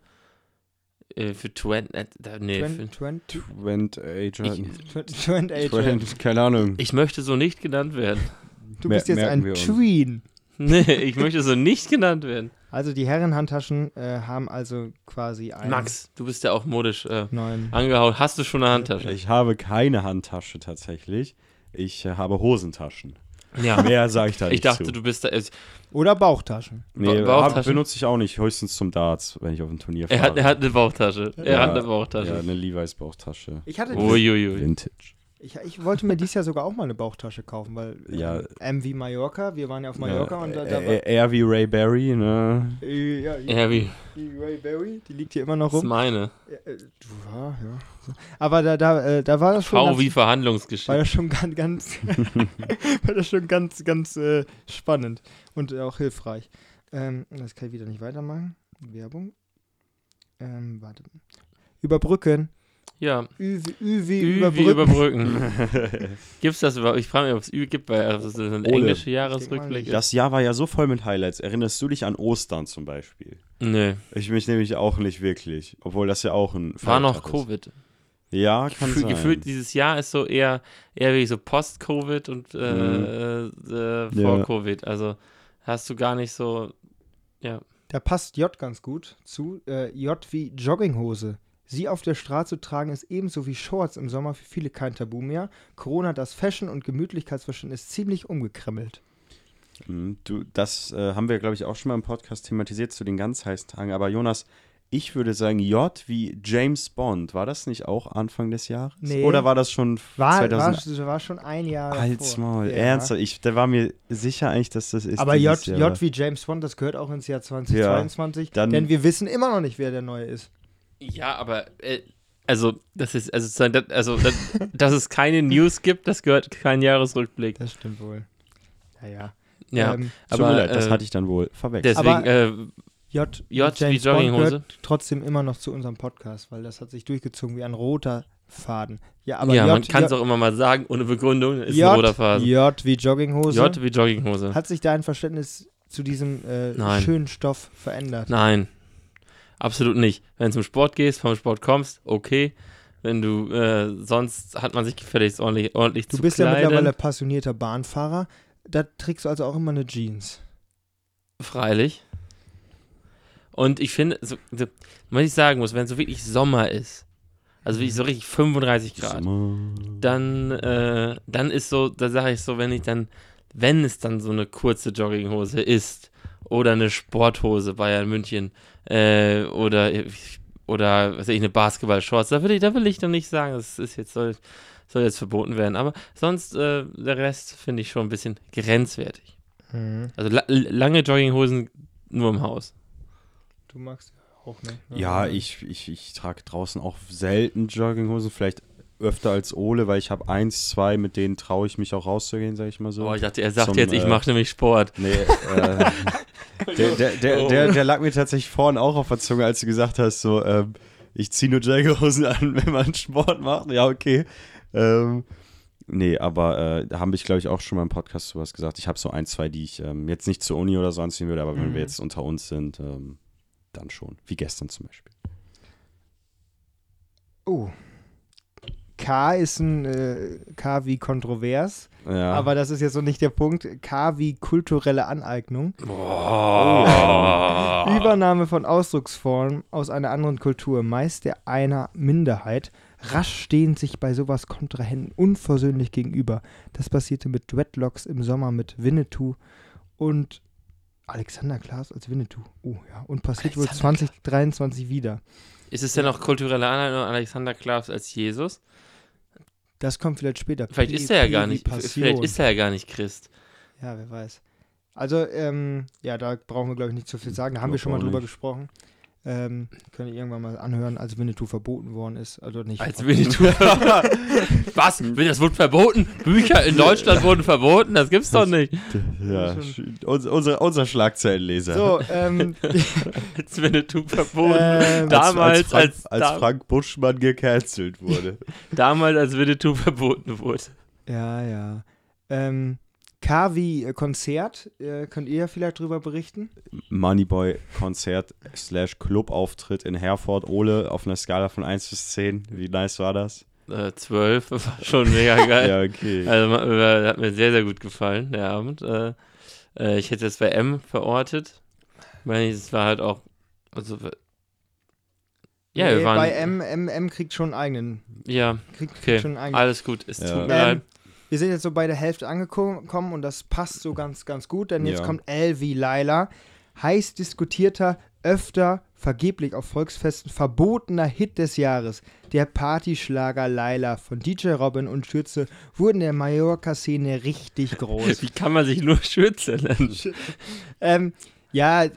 S3: Äh, für Twan, äh, da- nee,
S1: Twent, Twent,
S2: Twent Ager.
S3: Ich-
S1: Twent, Twent Age.
S2: Twent, keine Ahnung.
S3: für, ich möchte so nicht genannt werden.
S1: Du bist
S2: Mer-
S1: jetzt
S2: merken
S1: ein
S2: wir uns.
S1: Tween.
S3: Nee, ich möchte so nicht genannt werden.
S1: Also die Herrenhandtaschen äh, haben also quasi einen
S3: Max, du bist ja auch modisch äh,
S1: neuen.
S3: angehaut. Hast du schon eine Handtasche?
S2: Ich habe keine Handtasche tatsächlich. Ich äh, habe Hosentaschen.
S3: Ja.
S2: Mehr sage ich da nicht
S3: Ich dachte,
S2: zu.
S3: du bist da. Also,
S1: Oder Bauchtaschen.
S2: Nee,
S3: Ba-
S2: hab,
S3: Bauchtaschen?
S2: benutze ich auch nicht, höchstens zum Darts, wenn ich auf ein Turnier fahre.
S3: er, hat, er hat eine Bauchtasche. Er
S2: Ja,
S3: hat eine
S2: Ja,
S3: Bauchtasche.
S2: eine Levi's Bauchtasche.
S1: Ich hatte dieses-
S3: Uiuiui.
S2: Vintage.
S1: ich, ich wollte mir dieses Jahr sogar auch mal eine Bauchtasche kaufen, weil ähm,
S2: Ja.
S1: MV Mallorca, wir waren ja auf Mallorca und da, da war
S2: äh, eher wie Ray Barry, ne?
S1: äh, ja,
S3: Ja, wie?
S1: die Ray Berry, die liegt hier immer noch
S3: Das ist
S1: rum.
S3: meine.
S1: Ja, äh, ja, ja. Aber da, da, äh, da war das schon
S3: V
S1: ganz
S3: wie
S1: War
S3: Verhandlungsgeschichte.
S1: das schon ganz, ganz, war das schon ganz, ganz äh, spannend und auch hilfreich. Ähm, das kann ich wieder nicht weitermachen. Werbung. Ähm, warte. Überbrücken.
S3: Ja.
S1: Ü, wie- Ü, wie
S3: Ü
S1: überbrücken.
S3: wie überbrücken. Gibt's das überhaupt? Ich frage mich, ob es Ü gibt, weil das ist ein
S2: Ole.
S3: englischer
S1: Ich
S3: Jahresrückblick.
S1: denk
S3: Ist.
S2: Das Jahr war ja so voll mit Highlights. Erinnerst du dich an Ostern zum Beispiel?
S3: Nö,
S2: Ich mich nämlich auch nicht wirklich. Obwohl das ja auch ein.
S3: war
S2: Feiertag
S3: noch
S2: ist.
S3: Covid.
S2: Ja, kann
S3: Gefühl,
S2: sein.
S3: gefühlt dieses Jahr ist so eher eher wie so Post-Covid und äh, äh, vor
S2: Mhm. Ja.
S3: Covid. Also hast du gar nicht so.
S1: Da passt J ganz gut zu. Äh, J wie Jogginghose. Sie auf der Straße tragen ist ebenso wie Shorts im Sommer für viele kein Tabu mehr. Corona hat das Fashion- und Gemütlichkeitsverständnis ziemlich umgekremmelt.
S2: Mhm, Du, das äh, haben wir, glaube ich, auch schon mal im Podcast thematisiert zu den ganz heißen Tagen. Aber Jonas, Ich würde sagen J wie James Bond. War das nicht auch Anfang des Jahres?
S1: Nee.
S2: Oder war das schon
S1: War,
S2: 2000?
S1: war, war schon ein Jahr.
S2: Als
S1: davor.
S2: Maul,
S1: Ja.
S2: ernsthaft. Ich, da war mir sicher eigentlich, dass das ist.
S1: Aber J,
S2: dieses Jahr.
S1: J wie James Bond, das gehört auch ins Jahr 2022.
S2: dann-
S1: denn wir wissen immer noch nicht, wer der Neue ist.
S3: Ja, aber äh, also das ist also, sozusagen, das, also das, dass es keine News gibt, das gehört kein Jahresrückblick.
S1: Das stimmt wohl. Naja.
S3: Ja,
S1: Ähm,
S2: Tut mir
S3: aber
S2: leid, das
S3: äh,
S2: hatte ich dann wohl verwechselt.
S3: deswegen
S1: Aber-
S3: äh,
S1: J,
S3: J wie
S1: James Bond
S3: Jogginghose.
S1: gehört trotzdem immer noch zu unserem Podcast, weil das hat sich durchgezogen wie ein roter Faden. Ja, aber
S3: ja,
S1: J,
S3: man kann es
S1: J,
S3: auch immer mal sagen ohne Begründung. Ist
S1: J,
S3: ein roter Faden. J,
S1: J wie Jogginghose.
S3: wie Jogginghose.
S1: hat sich dein Verständnis zu diesem äh,
S3: Nein.
S1: schönen Stoff verändert?
S3: Nein, absolut nicht. Wenn du zum Sport gehst, vom Sport kommst, okay. Wenn du äh, sonst hat man sich gefälligst ordentlich, ordentlich
S1: Du
S3: zu
S1: bist ja
S3: kleiden.
S1: mittlerweile passionierter Bahnfahrer. Da trägst du also auch immer eine Jeans.
S3: Freilich. Und ich finde, so, so, was ich sagen muss, wenn so wirklich Sommer ist, also wirklich so richtig 35 Grad, dann, äh, dann ist so, da sage ich so, wenn ich dann, wenn es dann so eine kurze Jogginghose ist oder eine Sporthose Bayern München äh, oder oder was weiß ich, eine Basketball-Shorts, da will ich, da will ich dann nicht sagen, das ist jetzt soll, soll jetzt verboten werden, aber sonst äh, der Rest finde ich schon ein bisschen grenzwertig.
S2: Mhm.
S3: Also la lange Jogginghosen nur im Haus.
S1: Du magst auch nicht. ne?
S2: Ja, ich, ich, ich trage draußen auch selten Jogginghosen, vielleicht öfter als Ole, weil ich habe eins, zwei, mit denen traue ich mich auch rauszugehen, sag ich mal so.
S3: Oh, ich dachte, er sagt
S2: Zum,
S3: jetzt, ich
S2: äh,
S3: mache nämlich Sport.
S2: Nee, äh, der, der, der,
S3: Oh.
S2: der, der lag mir tatsächlich vorhin auch auf der Zunge, als du gesagt hast, so, ähm, ich ziehe nur Jogginghosen an, wenn man Sport macht. Ja, okay. Ähm, nee, aber äh, da haben wir, glaube ich, auch schon mal im Podcast sowas gesagt. Ich habe so ein, zwei, die ich ähm, jetzt nicht zur Uni oder so anziehen würde, aber wenn
S1: Mhm.
S2: wir jetzt unter uns sind, ähm, dann schon. Wie gestern zum Beispiel.
S1: Oh. K ist ein äh, K wie kontrovers,
S3: Ah.
S2: Ja.
S1: aber das ist jetzt noch nicht der Punkt. K wie kulturelle Aneignung.
S3: Boah.
S1: Übernahme von Ausdrucksformen aus einer anderen Kultur, meist der einer Minderheit. Rasch stehen sich bei sowas Kontrahenten unversöhnlich gegenüber. Das passierte mit Dreadlocks im Sommer mit Winnetou und Alexander Klaas als Winnetou. Oh ja, und passiert wohl
S3: Alexander
S1: 2023 wieder.
S3: Ist es denn noch kulturelle Aneignung Alexander Klaas als Jesus?
S1: Das kommt vielleicht später.
S3: Vielleicht
S1: Pi-
S3: ist er ja
S1: Pi
S3: gar
S1: wie
S3: nicht,
S1: Passion.
S3: vielleicht ist er ja gar nicht Christ.
S1: Ja, wer weiß. Also, ähm, ja, da brauchen wir, glaube ich, nicht so
S3: Hm,
S1: viel sagen. Da haben wir
S2: Glaub
S1: schon mal
S2: auch
S1: drüber
S2: nicht.
S1: gesprochen. Ähm, könnt ihr irgendwann mal anhören, als Winnetou verboten worden ist. Also nicht.
S3: Als Winnetou. Was? Das wurde verboten? Bücher in Deutschland wurden verboten? Das gibt's doch nicht.
S2: ja.
S1: ist
S2: Unser, unser, unser Schlagzeilenleser.
S1: So, ähm,
S3: Als Winnetou verboten.
S1: ähm,
S3: Da- damals,
S2: als, Frank,
S3: als-
S2: als
S3: da-
S2: Frank Buschmann gecancelt wurde.
S3: Damals, als Winnetou verboten wurde.
S1: ja, ja. Ähm, Kavi äh, Konzert, äh, könnt ihr ja vielleicht drüber berichten?
S2: Moneyboy Konzert slash Clubauftritt in Herford. Ole auf einer Skala von 1 bis 10. Wie nice war das?
S3: Äh, 12 war schon mega geil.
S2: Ja, okay.
S3: Also ma- äh, hat mir sehr, sehr gut gefallen, der Abend. Äh, äh, ich hätte es bei M verortet. Ich meine, es war halt auch. Also, w- ja, wir
S1: Nee,
S3: waren.
S1: Äh, bei M, M, M kriegt schon einen eigenen.
S3: Ja,
S1: Kriegt, kriegt
S3: okay.
S1: schon einen eigenen.
S3: Alles gut. Es
S2: Ja.
S3: tut mir leid.
S1: Ähm, wir sind jetzt so bei der Hälfte angekommen und das passt so ganz, ganz gut, denn jetzt
S2: Ja.
S1: kommt L wie Laila. Heiß diskutierter, öfter vergeblich auf Volksfesten verbotener Hit des Jahres. Der Partyschlager Laila von DJ Robin und Schürze wurden der Mallorca-Szene richtig groß.
S3: Wie kann man sich nur Schürze nennen?
S1: ähm, ja, äh,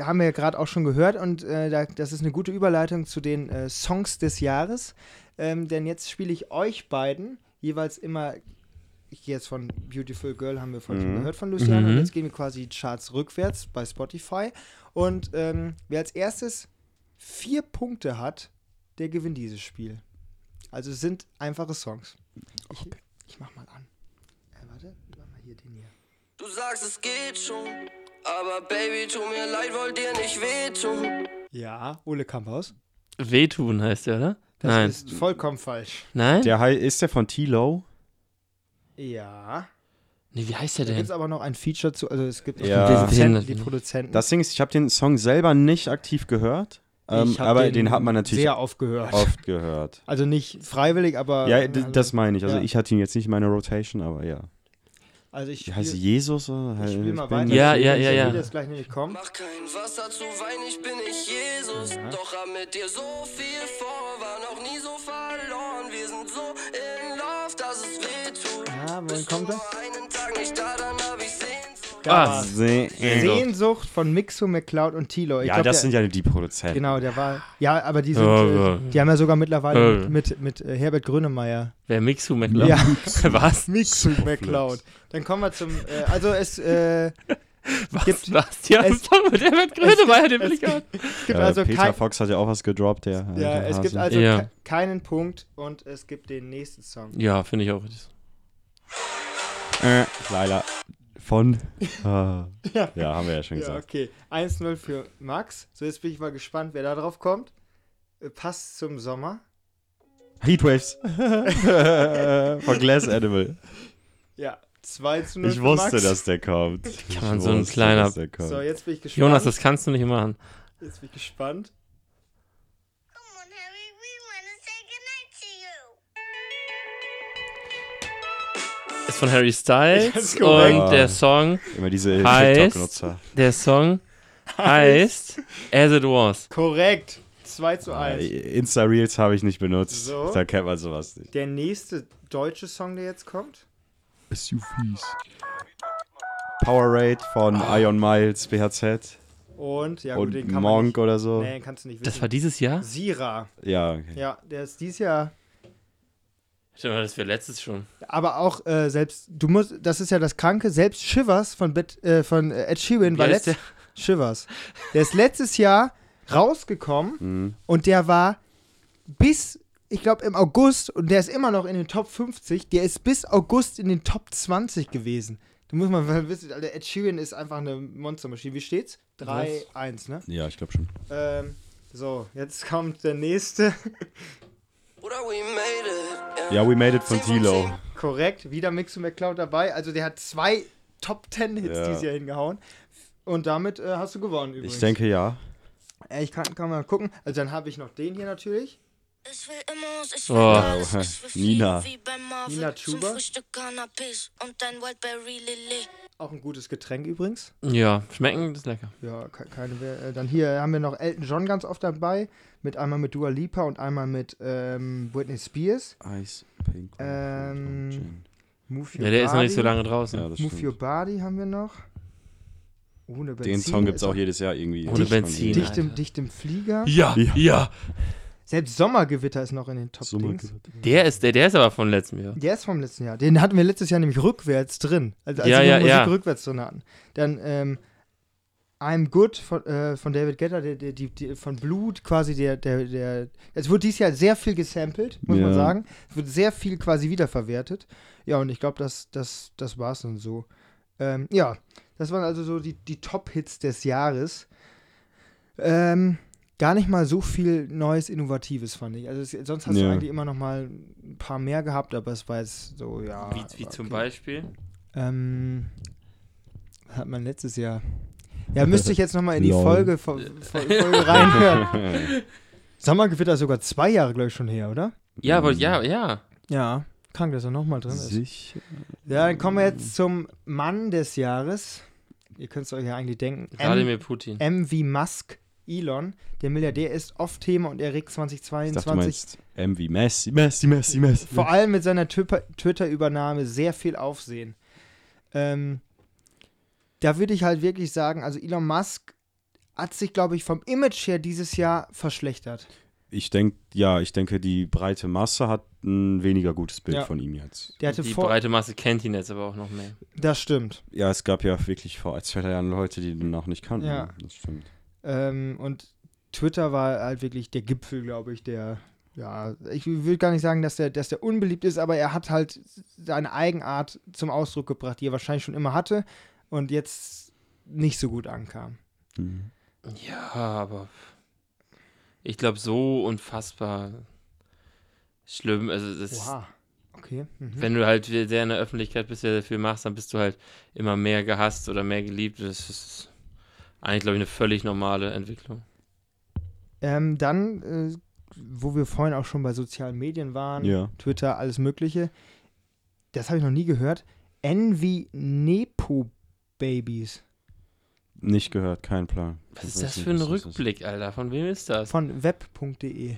S1: haben wir ja gerade auch schon gehört und äh, da, das ist eine gute Überleitung zu den äh, Songs des Jahres. Ähm, denn jetzt spiele ich euch beiden jeweils immer. Ich gehe jetzt von Beautiful Girl, haben wir vorhin schon
S2: Mhm.
S1: gehört von Luciano. Und
S3: Mhm.
S1: jetzt gehen wir quasi die Charts rückwärts bei Spotify. Und ähm, wer als erstes vier Punkte hat, der gewinnt dieses Spiel. Also es sind einfache Songs. Ich, ich mach mal an. Äh, warte, mach mal hier den hier.
S5: Du sagst, es geht schon. Aber Baby, tu mir leid, wollt dir nicht wehtun.
S1: Ja, Ole Kamphaus.
S3: Wehtun heißt der, oder?
S1: Das
S3: Nein.
S1: ist vollkommen falsch.
S3: Nein?
S2: Der Hi- ist der von T-Low?
S1: Ja.
S3: Nee, wie heißt der
S1: Da gibt es
S3: denn?
S1: aber noch ein Feature zu, also es gibt auch
S2: Ja.
S1: die
S2: Wir
S3: sehen
S1: Produzenten,
S3: das
S1: die
S3: nicht.
S1: Produzenten.
S2: Das Ding ist, ich habe den Song selber nicht aktiv gehört, ähm,
S1: Ich hab
S2: aber den, hat man natürlich
S1: sehr aufgehört.
S2: oft gehört.
S1: Also nicht freiwillig, aber äh,
S2: Ja, d- das meine ich. Also
S1: ja.
S2: ich hatte ihn jetzt nicht in meiner Rotation, aber ja.
S1: Also ich
S2: Die heißt
S1: spiele
S2: Jesus oder?
S1: spiel mal
S2: Ich bin-
S1: weiter.
S3: Ja, ja,
S1: ich
S3: ja,
S1: will
S3: ja.
S1: das gleich nämlich kommen.
S5: Mach kein Wasser zu Wein, ich bin nicht Jesus.
S1: Ja.
S5: Doch hab mit dir so viel vor, war noch nie so verloren. Wir sind so in Love, dass es weh tut.
S2: Ah,
S1: Ja, wohin
S5: Bist
S1: kommt
S5: du
S1: das?
S5: nur einen Tag nicht da, dann hab ich Sehnsucht.
S1: Da
S3: Ah,
S1: war's.
S2: Se-
S1: Sehnsucht von Mixo, McCloud und Tilo. Ich
S2: Ja,
S1: glaub,
S2: das
S1: der,
S2: sind ja die Produzenten.
S1: Genau, der war. Ja, aber die sind.
S3: Ja,
S1: äh,
S3: ja.
S1: Die haben ja sogar mittlerweile
S3: Ja.
S1: mit, mit, mit äh, Herbert Grönemeyer.
S3: Wer Mixu McLeod? Was?
S1: Mixo McCloud. Dann kommen wir zum. Äh, also es äh,
S3: Was?
S1: Gibt-
S3: was? Ja,
S1: es-
S3: sorry, der wird Grönemeyer, den will
S1: es
S3: ich auch.
S1: gibt
S2: äh,
S1: also
S2: Peter
S1: kein,
S2: Fox hat ja auch was gedroppt, der.
S1: ja,
S2: der
S1: es gibt
S2: Hase.
S1: also
S3: Ja.
S1: ke keinen Punkt und es gibt den nächsten Song.
S3: Ja, finde ich auch.
S2: Äh, Leila. Von. äh, ja. haben wir ja schon
S1: Ja,
S2: gesagt.
S1: okay. 1-0 für Max. So, jetzt bin ich mal gespannt, wer da drauf kommt. Äh, Passt zum Sommer.
S2: Heatwaves. Von Glass Animal.
S1: Ja, 2 zu 0
S2: Ich
S1: für
S2: wusste,
S1: Max.
S2: dass der kommt.
S3: Kann
S2: Ich
S3: man so ein
S2: wusste,
S3: kleiner-
S2: dass der kommt.
S1: So, jetzt bin ich gespannt.
S3: Jonas, das kannst du nicht machen.
S1: jetzt bin ich gespannt.
S6: Come on, Harry, we want to say goodnight to you.
S3: Ist von Harry Styles
S1: Ganz korrekt.
S3: und der Song,
S2: Immer diese
S3: Heißt-
S2: TikTok-Nutzer.
S3: der Song heißt As It Was.
S1: Korrekt. 2 zu 1.
S2: Äh, Insta-Reels habe ich nicht benutzt.
S1: So.
S2: Da kennt man sowas nicht.
S1: Der nächste deutsche Song, der jetzt kommt.
S2: Ist you fies. Powerade von Ion Miles, BHZ
S1: Und, Ah. ja, gut,
S2: und
S1: den kann man.
S2: Monk
S1: Nicht,
S2: oder so.
S1: nee, den kannst du nicht
S3: Das
S1: wissen.
S3: war dieses Jahr?
S1: Sira.
S2: Ja, okay.
S1: Ja, der ist dieses Jahr.
S3: Stimmt, das wäre letztes schon.
S1: Aber auch äh, selbst, du musst, das ist ja das Kranke, selbst Shivers von, Bet, äh, von äh, Ed Sheeran war
S3: Wie heißt
S1: letztes Shivers. Der ist letztes Jahr rausgekommen
S3: Mhm.
S1: und der war bis, ich glaube, im August und der ist immer noch in den Top 50, der ist bis August in den Top 20 gewesen. Du musst mal mal wissen, Alter, Ed Sheeran ist einfach eine Monstermaschine. Wie steht's? 3-1, ne?
S2: Ja, ich glaube schon.
S1: Ähm, so, jetzt kommt der nächste.
S5: Oder we made it.
S2: Ja, We Made It von Tilo.
S1: Korrekt, wieder Mix und McCloud dabei. Also der hat zwei Top Ten Hits
S2: Ja.
S1: dieses Jahr hingehauen. Und damit äh, hast du gewonnen übrigens.
S2: Ich denke ja.
S1: Äh, ich kann, kann mal gucken. Also dann habe ich noch den hier natürlich.
S6: Ich will immer aus, ich will
S3: Oh.
S6: alles, ich will fliegen
S2: Nina.
S6: wie bei Marvin.
S1: Nina
S6: Zum
S1: Chuba.
S6: Frühstück Cannabis und dein Wildberry Lillet.
S1: Auch ein gutes Getränk übrigens.
S3: Ja, schmecken ist lecker.
S1: Ja, ke- keine. Wehr- Äh, dann hier haben wir noch Elton John ganz oft dabei. Mit einmal mit Dua Lipa und einmal mit ähm, Britney Spears.
S2: Ice, Pink,
S1: Ähm, Gin. Move Your
S3: Ja, der ist noch nicht so
S1: Body.
S3: lange draußen.
S2: Ja, das
S1: Move Your
S2: stimmt.
S1: Body haben wir noch. Ohne Benzin.
S2: Den Song gibt es
S1: ist
S2: auch jedes Jahr irgendwie.
S3: Ohne
S2: Ist schon
S3: Benzin.
S2: irgendwie-
S1: Dicht im, dicht im Flieger.
S3: Ja,
S2: Ja.
S1: Selbst Sommergewitter ist noch in den Top
S2: Summe-
S1: Dings.
S3: Der ist, der, der ist aber von letztem Jahr.
S1: Der ist vom letzten Jahr. Den hatten wir letztes Jahr nämlich rückwärts drin. Also als
S3: Ja,
S1: wir
S3: ja,
S1: Musik
S3: ja.
S1: rückwärts drin hatten. Dann ähm, I'm Good von, äh, von David Guetta, der, der, die, die, von Blut quasi der, der, der. Es wurde dieses Jahr sehr viel gesampelt, muss man
S2: Ja.
S1: sagen. Es wird sehr viel quasi wiederverwertet. Ja, und ich glaube, das, das, das war es dann so. Ähm, ja, das waren also so die, die Top-Hits des Jahres. Ähm, gar nicht mal so viel Neues, Innovatives, fand ich. Also es, sonst hast du
S2: Ja.
S1: eigentlich immer noch mal ein paar mehr gehabt, aber es war jetzt so, ja.
S3: Wie, wie
S1: war
S3: zum
S1: okay.
S3: Beispiel.
S1: Ähm, was hat man letztes Jahr? Ja, müsste ich jetzt noch mal in die
S2: Lol.
S1: Folge, Fo- Fo- Folge reinhören. Sommergewitter ist sogar zwei Jahre, glaube ich, schon her, oder?
S3: Ja, aber ja, ja.
S1: Ja, krank, dass er noch mal drin ist.
S2: Sich.
S1: Ja, dann kommen wir jetzt zum Mann des Jahres. Ihr könnt es euch ja eigentlich denken. M,
S3: Wladimir Putin.
S1: M wie Musk, Elon. Der Milliardär ist oft Thema und erregt
S2: Ich dachte, du
S1: 2022
S2: meinst MV Messi, Messi, Messi, Messi.
S1: vor allem mit seiner Tüpa- Twitter-Übernahme sehr viel Aufsehen. Ähm, da würde ich halt wirklich sagen, also Elon Musk hat sich, glaube ich, vom Image her dieses Jahr verschlechtert.
S2: Ich denke, ja, ich denke, die breite Masse hat ein weniger gutes Bild
S1: Ja.
S2: von ihm jetzt.
S1: Der hatte
S3: Die
S1: vor.
S3: breite Masse kennt ihn jetzt aber auch noch mehr.
S1: Das stimmt.
S2: Ja, es gab ja wirklich vor zwei drei Jahren Leute, die den noch nicht kannten.
S1: Ja.
S2: ne? Das stimmt.
S1: Ähm, und Twitter war halt wirklich der Gipfel, glaube ich, der. Ja, ich will gar nicht sagen, dass der, dass der unbeliebt ist, aber er hat halt seine Eigenart zum Ausdruck gebracht, die er wahrscheinlich schon immer hatte und jetzt nicht so gut ankam.
S2: Mhm.
S3: Ja, aber ich glaube, so unfassbar schlimm. Also, das,
S1: Oha. Okay. Mhm.
S3: wenn du halt sehr in der Öffentlichkeit bist, sehr, sehr viel machst, dann bist du halt immer mehr gehasst oder mehr geliebt. Das ist eigentlich, glaube ich, eine völlig normale Entwicklung.
S1: Ähm, dann, äh, wo wir vorhin auch schon bei sozialen Medien waren,
S2: Ja.
S1: Twitter, alles Mögliche, das habe ich noch nie gehört. Envy Nepo Babies.
S2: Nicht gehört, kein Plan.
S3: Was ist das für ein Rückblick, Alter? Von wem ist das?
S1: Von web.de.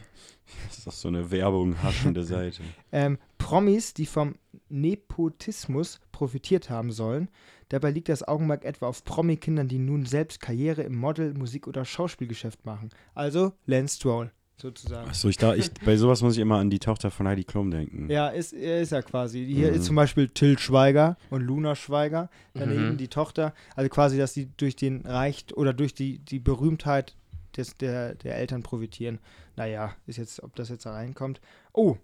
S2: Das ist doch so eine Werbung haschende Seite.
S1: Ähm, Promis, die vom Nepotismus profitiert haben sollen. Dabei liegt das Augenmerk etwa auf Promi-Kindern, die nun selbst Karriere im Model-, Musik- oder Schauspielgeschäft machen. Also Lance Stroll, sozusagen.
S2: Achso, ich da, ich, bei sowas muss ich immer an die Tochter von Heidi Klum denken.
S1: Ja, ist, er ist ja quasi. Hier
S2: Mhm.
S1: ist zum Beispiel Till Schweiger und Luna Schweiger, daneben
S3: Mhm.
S1: die Tochter. Also quasi, dass die durch den Reicht oder durch die, die Berühmtheit des, der, der Eltern profitieren. Naja, ist jetzt, ob das jetzt da reinkommt. Oh.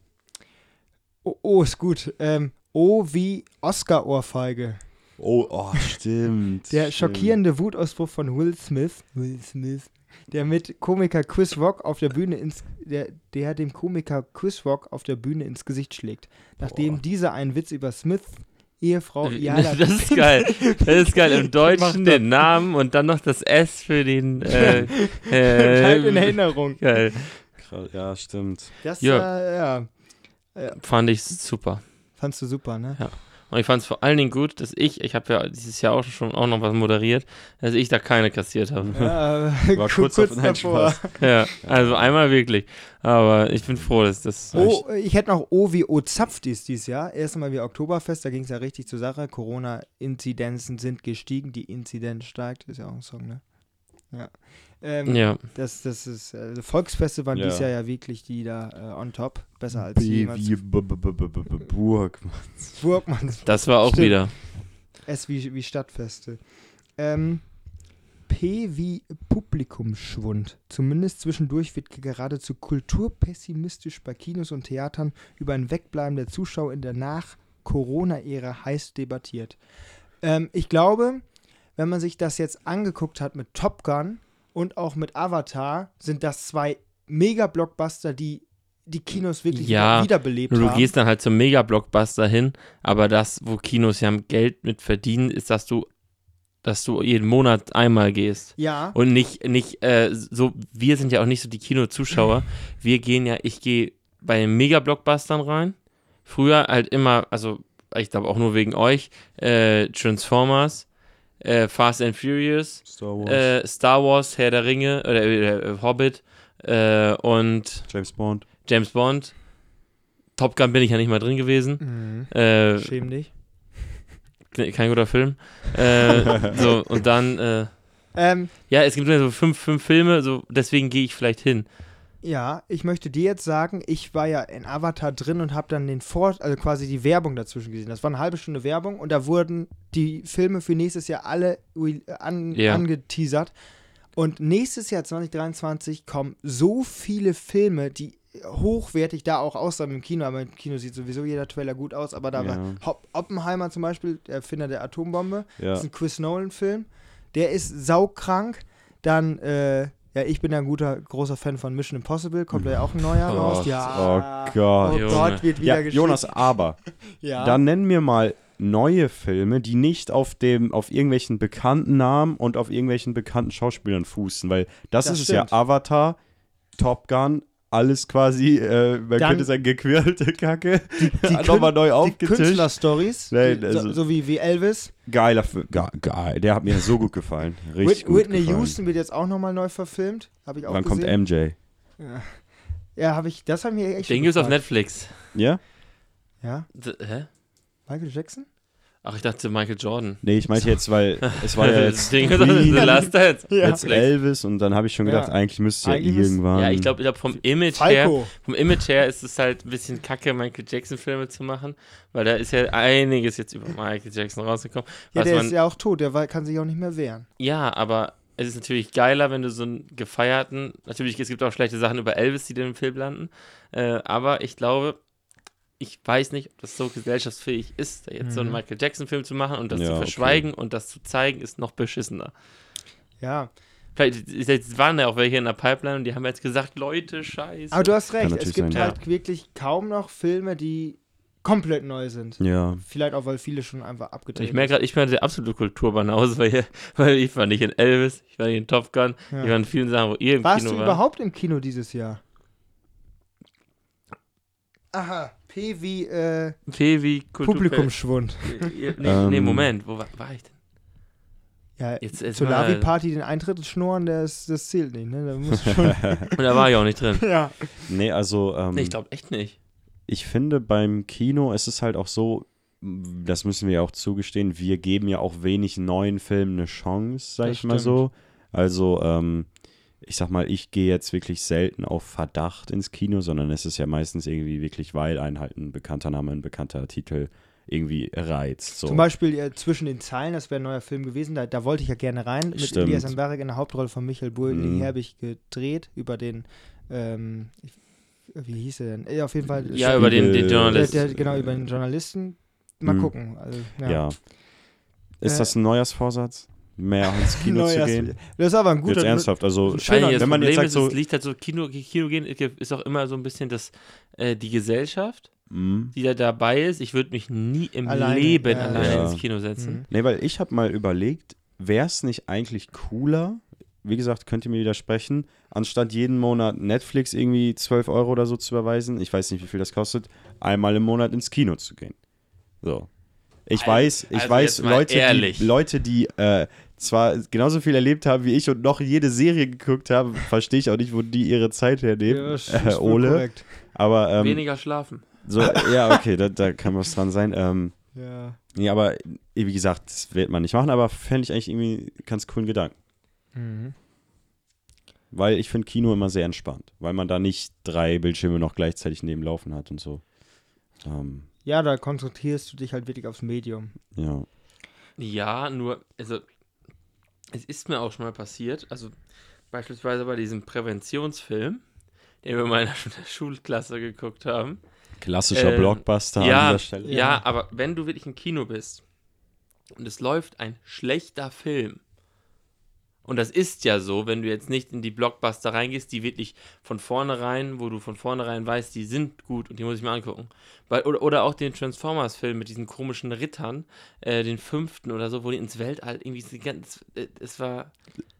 S1: Oh, oh ist gut. Ähm, oh, wie Oscar-Ohrfeige.
S2: Oh, oh, stimmt.
S1: Der
S2: stimmt.
S1: schockierende Wutausbruch von Will Smith, Will Smith, der mit Komiker Chris Rock auf der Bühne ins, der, der dem Komiker Chris Rock auf der Bühne ins Gesicht schlägt, nachdem dieser einen Witz über Smith Ehefrau Iala
S3: das ist geil. Das ist geil. Im Deutschen
S1: Macht das.
S3: den Namen und dann noch das S für den. Äh,
S1: bleibt Halt in
S3: äh,
S1: Erinnerung.
S3: geil.
S2: Krass, Ja, stimmt.
S1: Das
S3: Ja.
S1: war, ja,
S3: Fand ich super.
S1: fandst du super, ne?
S3: Und ich fand es vor allen Dingen gut, dass ich, ich habe ja dieses Jahr auch schon auch noch was moderiert, dass ich da keine kassiert habe.
S1: Ja,
S2: War
S1: ku-
S2: kurz auf- nein, Spaß.
S3: Ja, also einmal wirklich. Aber ich bin froh, dass das.
S1: Oh, ich hätte noch O wie O Zapftis dieses Jahr. Erstmal wie Oktoberfest, da ging es ja richtig zur Sache. Corona-Inzidenzen sind gestiegen, die Inzidenz steigt, ist ja auch ein Song, ne? Ja. Ähm,
S3: Ja,
S1: Das, das ist, also Volksfeste waren
S2: Ja.
S1: dieses Jahr ja wirklich die da äh, on top. Besser als
S2: B
S1: jemals.
S2: wie B- B- B- B- B- Burg.
S1: Burgmanns.
S3: das war auch
S1: Stimmt.
S3: wieder.
S1: S wie, wie Stadtfeste. Ähm, P wie Publikumsschwund. Zumindest zwischendurch wird geradezu kulturpessimistisch bei Kinos und Theatern über ein Wegbleiben der Zuschauer in der Nach-Corona-Ära heiß debattiert. Ähm, ich glaube, wenn man sich das jetzt angeguckt hat mit Top Gun und auch mit Avatar, sind das zwei Mega-Blockbuster, die die Kinos wirklich
S3: Ja,
S1: wiederbelebt
S3: Nur du
S1: haben.
S3: gehst dann halt zum Mega-Blockbuster hin, aber das, wo Kinos ja Geld mit verdienen, ist, dass du, dass du jeden Monat einmal gehst.
S1: ja,
S3: Und nicht, nicht äh, so, wir sind ja auch nicht so die Kinozuschauer. Wir gehen ja, ich gehe bei den Mega-Blockbustern rein. Früher halt immer, also ich glaube auch nur wegen euch, äh, Transformers, äh, Fast and Furious,
S2: Star Wars.
S3: äh, Star Wars, Herr der Ringe oder äh, äh, Hobbit äh, und
S2: James Bond.
S3: James Bond. Top Gun bin ich ja nicht mal drin gewesen. Äh,
S1: Mhm. schäm dich.
S3: ke- kein guter Film. Äh, so, und dann, äh,
S1: Ähm,
S3: ja, es gibt nur so fünf, fünf Filme, so deswegen gehe ich vielleicht hin.
S1: Ja, ich möchte dir jetzt sagen, ich war ja in Avatar drin und habe dann den Vor, also quasi die Werbung dazwischen gesehen. Das war eine halbe Stunde Werbung und da wurden die Filme für nächstes Jahr alle re- an,
S3: Ja.
S1: angeteasert. Und nächstes Jahr 2023 kommen so viele Filme, die hochwertig da auch aussahen im Kino, aber im Kino sieht sowieso jeder Trailer gut aus, aber da war
S2: Ja.
S1: Hop- Oppenheimer zum Beispiel, der Erfinder der Atombombe,
S2: Ja.
S1: das ist ein Chris Nolan-Film. Der ist saukrank. Dann, äh, ja, ich bin ja ein guter, großer Fan von Mission Impossible. Kommt da ja auch ein neuer raus. Ja.
S2: Oh Gott.
S1: Oh
S3: Junge.
S1: Gott, wird wieder
S2: ja,
S1: geschickt.
S2: Jonas, aber
S1: ja.
S2: dann nenn mir mal neue Filme, die nicht auf dem auf irgendwelchen bekannten Namen und auf irgendwelchen bekannten Schauspielern fußen, weil das,
S1: Das
S2: ist es
S1: stimmt.
S2: ja Avatar, Top Gun, alles quasi, äh, man
S1: Dann-
S2: könnte sagen, gequirlte Kacke,
S1: Kün-
S2: nochmal neu
S1: die
S2: aufgetischt.
S1: Künstler-Stories,
S2: Nein,
S1: die- so,
S2: also-
S1: so wie, wie Elvis.
S2: Geiler, Fi- ge geil, der hat mir so gut gefallen, richtig
S1: Whit
S2: gut
S1: Whitney
S2: gefallen.
S1: Houston wird jetzt auch nochmal neu verfilmt. Habe ich auch
S2: Wann kommt
S1: gesehen.
S2: MJ?
S1: Ja, habe ich, das haben wir echt
S3: Den
S1: schon
S3: gibt's auf
S1: gefragt.
S3: Netflix.
S2: Ja?
S1: Ja,
S3: D hä?
S1: Michael Jackson?
S3: Ach, ich dachte Michael Jordan.
S2: Nee, ich meinte jetzt, weil es war ja jetzt
S3: Den gibt's auf The
S2: Queen,
S3: Last Dance.
S1: Ja.
S2: jetzt Elvis und dann habe ich schon gedacht,
S1: Ja.
S2: eigentlich müsste ja
S1: Eigentlich müsste-
S2: irgendwann.
S3: Ja, ich glaube, ich glaub, vom Image her,
S1: Falco.
S3: vom Image her ist es halt ein bisschen kacke, Michael Jackson Filme zu machen, weil da ist ja einiges jetzt über Michael Jackson rausgekommen.
S1: Ja,
S3: Was
S1: der
S3: man,
S1: ist ja auch tot. Der war, kann sich auch nicht mehr wehren.
S3: Ja, aber es ist natürlich geiler, wenn du so einen gefeierten. Natürlich, es gibt auch schlechte Sachen über Elvis, die dann im Film landen. Äh, aber ich glaube, ich weiß nicht, ob das so gesellschaftsfähig ist, da jetzt so einen
S1: Mhm.
S3: Michael Jackson-Film zu machen und das
S2: Ja,
S3: zu
S2: okay.
S3: verschweigen und das zu zeigen, ist noch beschissener.
S1: Ja,
S3: Vielleicht jetzt waren ja auch welche in der Pipeline und die haben jetzt gesagt: Leute, Scheiße.
S1: aber du hast recht. Es
S2: natürlich
S1: gibt
S2: sein, ja.
S1: halt wirklich kaum noch Filme, die komplett neu sind.
S2: ja.
S1: Vielleicht auch, weil viele schon einfach abgedreht
S3: ich merke gerade, ich bin halt der absolute Kulturbanause, weil, hier- weil ich war nicht in Elvis, ich war nicht in Top Gun,
S1: Ja.
S3: ich war in vielen Sachen, wo ihr im
S1: Warst
S3: Kino
S1: du
S3: war.
S1: überhaupt im Kino dieses Jahr? Aha, P P wie äh,
S3: P wie Kultur.
S1: Publikumsschwund.
S3: nee, nee,
S2: Ähm.
S3: Moment, wo war, war ich denn?
S1: Ja,
S3: Jetzt erst
S1: zur
S3: mal-
S1: Lavi-Party den Eintritt schnurren, das, das zählt nicht, ne? Da musst du schon,
S3: Und da war ich auch nicht drin.
S1: ja.
S2: Nee, also ähm,
S3: Nee, ich glaube echt nicht.
S2: ich finde beim Kino ist es halt auch so, das müssen wir ja auch zugestehen, wir geben ja auch wenig neuen Filmen eine Chance, sag
S1: Das
S2: ich mal
S1: stimmt.
S2: so. Also, ähm, ich sag mal, ich gehe jetzt wirklich selten auf Verdacht ins Kino, sondern es ist ja meistens irgendwie wirklich, weil einen halt ein bekannter Name, ein bekannter Titel irgendwie reizt. So.
S1: Zum Beispiel äh, Zwischen den Zeilen, das wäre ein neuer Film gewesen, da, da wollte ich ja gerne rein, mit
S2: Stimmt.
S1: Elias Ambarek in der Hauptrolle von Michael
S2: Mhm.
S1: Bulli Herbig gedreht, über den, ähm, ich, wie hieß er denn? Äh, auf jeden Fall,
S3: Ja, über den, den
S2: Spiegel-
S1: der,
S3: Journalist.
S1: der, genau, über den Journalisten. Mal
S2: Mhm.
S1: gucken. Also, ja.
S2: ja. Ist
S1: Äh,
S2: das ein Neujahrsvorsatz? Mehr ins Kino zu
S1: Neujahr-
S2: gehen?
S1: Das ist aber ein guter.
S2: Jetzt ernsthaft, also
S1: ein schöner-
S3: Wahrscheinlich
S2: wenn man jetzt
S3: Problem
S2: sagt
S3: ist,
S2: so,
S3: es liegt halt so, Kino, Kino gehen ist auch immer so ein bisschen das, äh, die Gesellschaft,
S2: mh.
S3: die da dabei ist. Ich würde mich nie im
S1: Alleine,
S3: Leben
S1: ja.
S3: alleine
S2: Ja.
S3: ins Kino setzen.
S1: Mhm.
S2: Nee, weil ich habe mal überlegt, wäre es nicht eigentlich cooler, wie gesagt, könnt ihr mir widersprechen, anstatt jeden Monat Netflix irgendwie 12 Euro oder so zu überweisen, ich weiß nicht, wie viel das kostet, einmal im Monat ins Kino zu gehen. So. Ich
S3: Also-
S2: weiß, ich
S3: also
S2: weiß,
S3: jetzt mal
S2: Leute,
S3: ehrlich.
S2: die, Leute, die äh, zwar genauso viel erlebt haben wie ich und noch jede Serie geguckt haben, verstehe ich auch nicht, wo die ihre Zeit
S1: Ja,
S2: hernehmen,
S1: ist- ist
S2: äh,
S1: wohl
S2: Ole.
S1: korrekt.
S2: Aber ähm,
S3: Weniger schlafen.
S2: so, ja, okay, da, da kann was dran sein. Ähm,
S1: Ja.
S2: ja, aber eh, wie gesagt, das wird man nicht machen, aber fände ich eigentlich irgendwie einen ganz coolen Gedanken.
S1: Mhm.
S2: Weil ich finde Kino immer sehr entspannt, weil man da nicht drei Bildschirme noch gleichzeitig neben laufen hat und so. Ähm,
S1: ja, da konzentrierst du dich halt wirklich aufs Medium.
S2: ja.
S3: Ja, nur, also, es ist mir auch schon mal passiert, also beispielsweise bei diesem Präventionsfil, den wir mal in der Schulklasse geguckt haben.
S2: Klassischer
S3: Ähm,
S2: Blockbuster
S3: ja,
S2: an dieser Stelle.
S3: Ja.
S1: Ja.
S3: aber wenn du wirklich im Kino bist und es läuft ein schlechter Film, und das ist ja so, wenn du jetzt nicht in die Blockbuster reingehst, die wirklich von vornherein, wo du von vornherein weißt, die sind gut und die muss ich mir angucken. Weil, oder, oder auch den Transformers-Film mit diesen komischen Rittern, äh, den fünften oder so, wo die ins Weltall irgendwie so ganz. äh, Es war.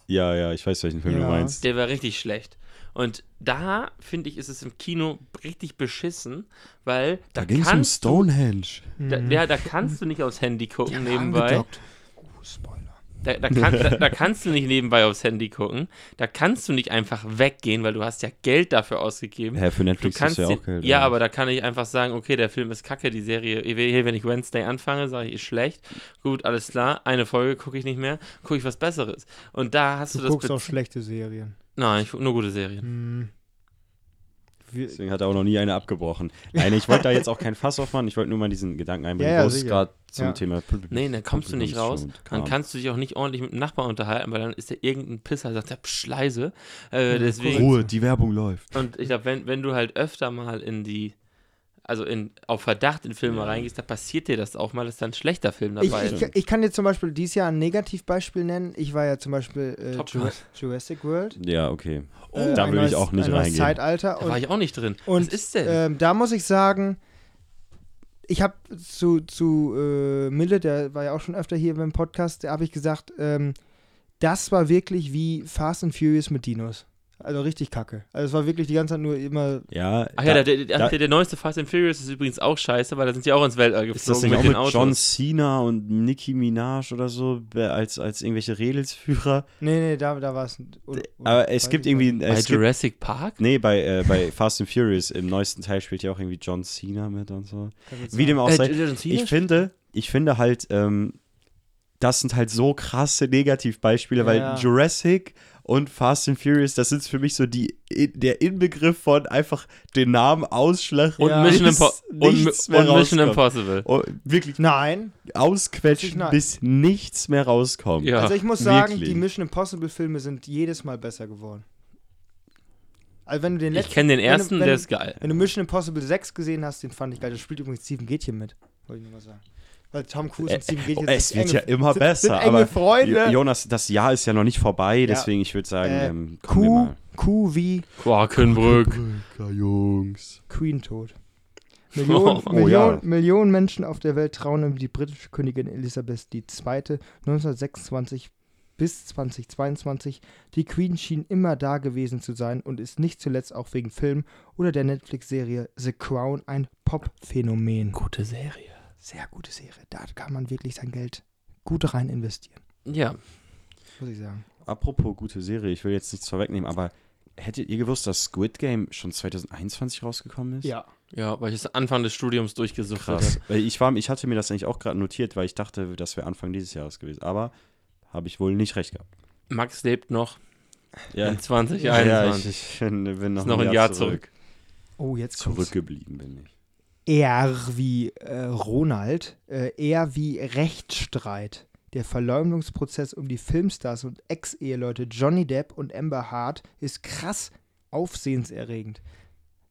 S2: Ja, ja, ich weiß, welchen Film
S1: Ja.
S2: du meinst.
S3: Der war richtig schlecht. Und da, finde ich, ist es im Kino richtig beschissen, weil da, um
S2: ging's
S3: kannst du
S2: Stonehenge.
S3: da,
S1: Mhm.
S3: ja, da kannst du nicht aufs Handy gucken nebenbei.
S1: Angedockt. Oh, Spoiler.
S3: Da, da, kann, da, da kannst du nicht nebenbei aufs Handy gucken. Da kannst du nicht einfach weggehen, weil du hast ja Geld dafür ausgegeben.
S2: Hä, für
S3: Du
S2: Netflix ist
S3: kannst
S2: ja
S3: dir-
S2: auch Geld.
S3: ja,
S2: oder?
S3: aber da kann ich einfach sagen, okay, der Film ist kacke, die Serie, hier, wenn ich Wednesday anfange, sage ich, ist schlecht. Gut, alles klar, eine Folge gucke ich nicht mehr, gucke ich was Besseres. Und da hast du,
S1: Du
S3: das...
S1: guckst
S3: Be-
S1: auch schlechte Serien.
S3: Nein, ich gucke nur gute Serien.
S1: Mhm. Wir,
S2: Deswegen hat er auch noch nie eine abgebrochen. Nein, ich wollte da jetzt auch kein Fass aufmachen, ich wollte nur mal diesen Gedanken einbringen,
S1: Ja, ja,
S2: wo es
S1: sicher.
S2: gerade zum
S1: Ja.
S2: Thema
S3: Nee, dann kommst du nicht raus.
S2: Publikumsschwund
S3: Dann
S2: kam.
S3: kannst du dich auch nicht ordentlich mit dem Nachbarn unterhalten, weil dann ist der irgendein Pisser, sagt der psch, leise. Äh,
S1: Ja,
S3: deswegen,
S2: Ruhe, die Werbung läuft.
S3: Und ich glaube, wenn, wenn du halt öfter mal in die, also in, auf Verdacht in Filme reingehst, da passiert dir das auch mal, dass da ein schlechter Film
S1: ich,
S3: dabei
S1: ich,
S3: ist.
S1: ich kann dir zum Beispiel dieses Jahr ein Negativbeispiel nennen. Ich war ja zum Beispiel äh,
S3: Top Oh.
S1: Jura- Jurassic World.
S2: Ja, okay.
S1: äh,
S2: da
S1: ein
S2: würde ich
S1: neues-
S2: auch nicht
S1: ein neues
S2: reingehen.
S1: Zeitalter.
S3: Da war
S1: Und,
S3: ich auch nicht drin.
S1: und
S3: Was ist denn?
S2: äh,
S1: Ähm, da muss ich sagen, ich habe zu, zu äh, Mille, der war ja auch schon öfter hier beim Podcast, da habe ich gesagt, ähm, das war wirklich wie Fast and Furious mit Dinos. Also richtig kacke. Also es war wirklich die ganze Zeit nur immer
S2: Ja,
S3: Ach ja,
S2: da-
S3: der, der,
S2: da-
S3: der, der neueste Fast and Furious ist übrigens auch scheiße, weil da sind sie auch ins Weltall geflogen
S2: Ist das nicht
S3: mit
S2: auch
S3: den
S2: mit
S3: Autos.
S2: John Cena und Nicki Minaj oder so be- als, als irgendwelche Redelsführer?
S1: Nee, nee, da, da war es.
S2: Aber es gibt irgendwie.
S3: Bei
S2: Es gibt,
S3: Jurassic Park?
S2: nee, bei, äh, bei Fast and Furious im neuesten Teil spielt ja auch irgendwie John Cena mit und so. Wie dem auch
S3: Äh,
S2: sei.
S3: John Cena?
S2: ich finde, ich finde halt, ähm, das sind halt so krasse Negativbeispiele,
S1: Ja.
S2: weil Jurassic und Fast and Furious, das sind für mich so die der Inbegriff von einfach den Namen Ausschlag
S3: Und,
S1: Ja.
S3: Mission, Impo
S2: nichts, nichts
S3: und,
S2: mehr
S3: und Mission
S2: rauskommt.
S3: Impossible.
S2: Oh, wirklich
S1: Nein,
S2: ausquetschen,
S1: Nein.
S2: bis nichts mehr rauskommt.
S3: Ja,
S1: also ich muss sagen,
S2: wirklich.
S1: die Mission Impossible Filme sind jedes Mal besser geworden. Also wenn du den
S3: Ich
S1: letzten,
S3: kenne den
S1: wenn du-
S3: ersten,
S1: wenn
S3: der
S1: du-
S3: ist geil.
S1: wenn du Mission Impossible 6 gesehen hast, den fand ich geil. Das spielt übrigens Steven Gätchen mit, wollte ich nur mal sagen. Weil Tom Cruise und Steven Gätchen
S2: oh, Also, es
S1: sind
S2: wird ja
S1: enge-
S2: immer
S1: sind,
S2: besser.
S1: Sind enge
S2: aber Jo-
S1: Freunde.
S2: Jonas, das Jahr ist ja noch nicht vorbei, deswegen ich würde sagen,
S1: Äh,
S2: ähm, kommen wir
S1: Q,
S2: mal.
S1: Q wie
S3: Quakenbrück.
S2: Brücker, Jungs.
S1: Queen tot. Millionen,
S3: Oh,
S1: Millionen,
S2: ja.
S1: Millionen Menschen auf der Welt trauen um die britische Königin Elisabeth II. 1926 bis 2022. Die Queen schien immer da gewesen zu sein und ist nicht zuletzt auch wegen Film oder der Netflix-Serie The Crown ein Pop-Phänomen.
S3: Gute Serie.
S1: Sehr gute Serie. Da kann man wirklich sein Geld gut rein investieren,
S3: Ja.
S1: muss ich sagen.
S2: Apropos gute Serie, ich will jetzt nichts vorwegnehmen, aber hättet ihr gewusst, dass Squid Game schon 2021 rausgekommen ist?
S3: Ja, weil ich es Anfang des Studiums durchgesucht
S2: Krass.
S3: hatte.
S2: Weil ich, war, ich hatte mir das eigentlich auch gerade notiert, weil ich dachte, das wäre Anfang dieses Jahres gewesen. Aber habe ich wohl nicht recht gehabt.
S3: Max lebt noch
S2: Ja,
S3: in
S2: ja,
S3: 2021.
S2: ja ich, ich bin, bin noch,
S3: Ist noch ein Jahr zurück.
S1: Oh, jetzt kommt's.
S2: Zurückgeblieben bin ich.
S1: R wie äh, Ronald, äh, R wie Rechtsstreit. Der Verleumdungsprozess um die Filmstars und Ex-Eheleute Johnny Depp und Amber Hart ist krass aufsehenserregend.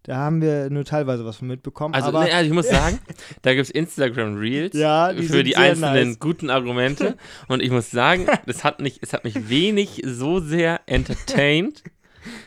S1: Da haben wir nur teilweise was von mitbekommen.
S3: Also,
S1: aber
S3: nee, also ich muss sagen, da gibt es Instagram Reels
S1: Ja, die
S3: für
S1: sind
S3: die
S1: sehr
S3: einzelnen
S1: nice.
S3: guten Argumente. Und ich muss sagen, das hat mich, es hat mich wenig so sehr entertained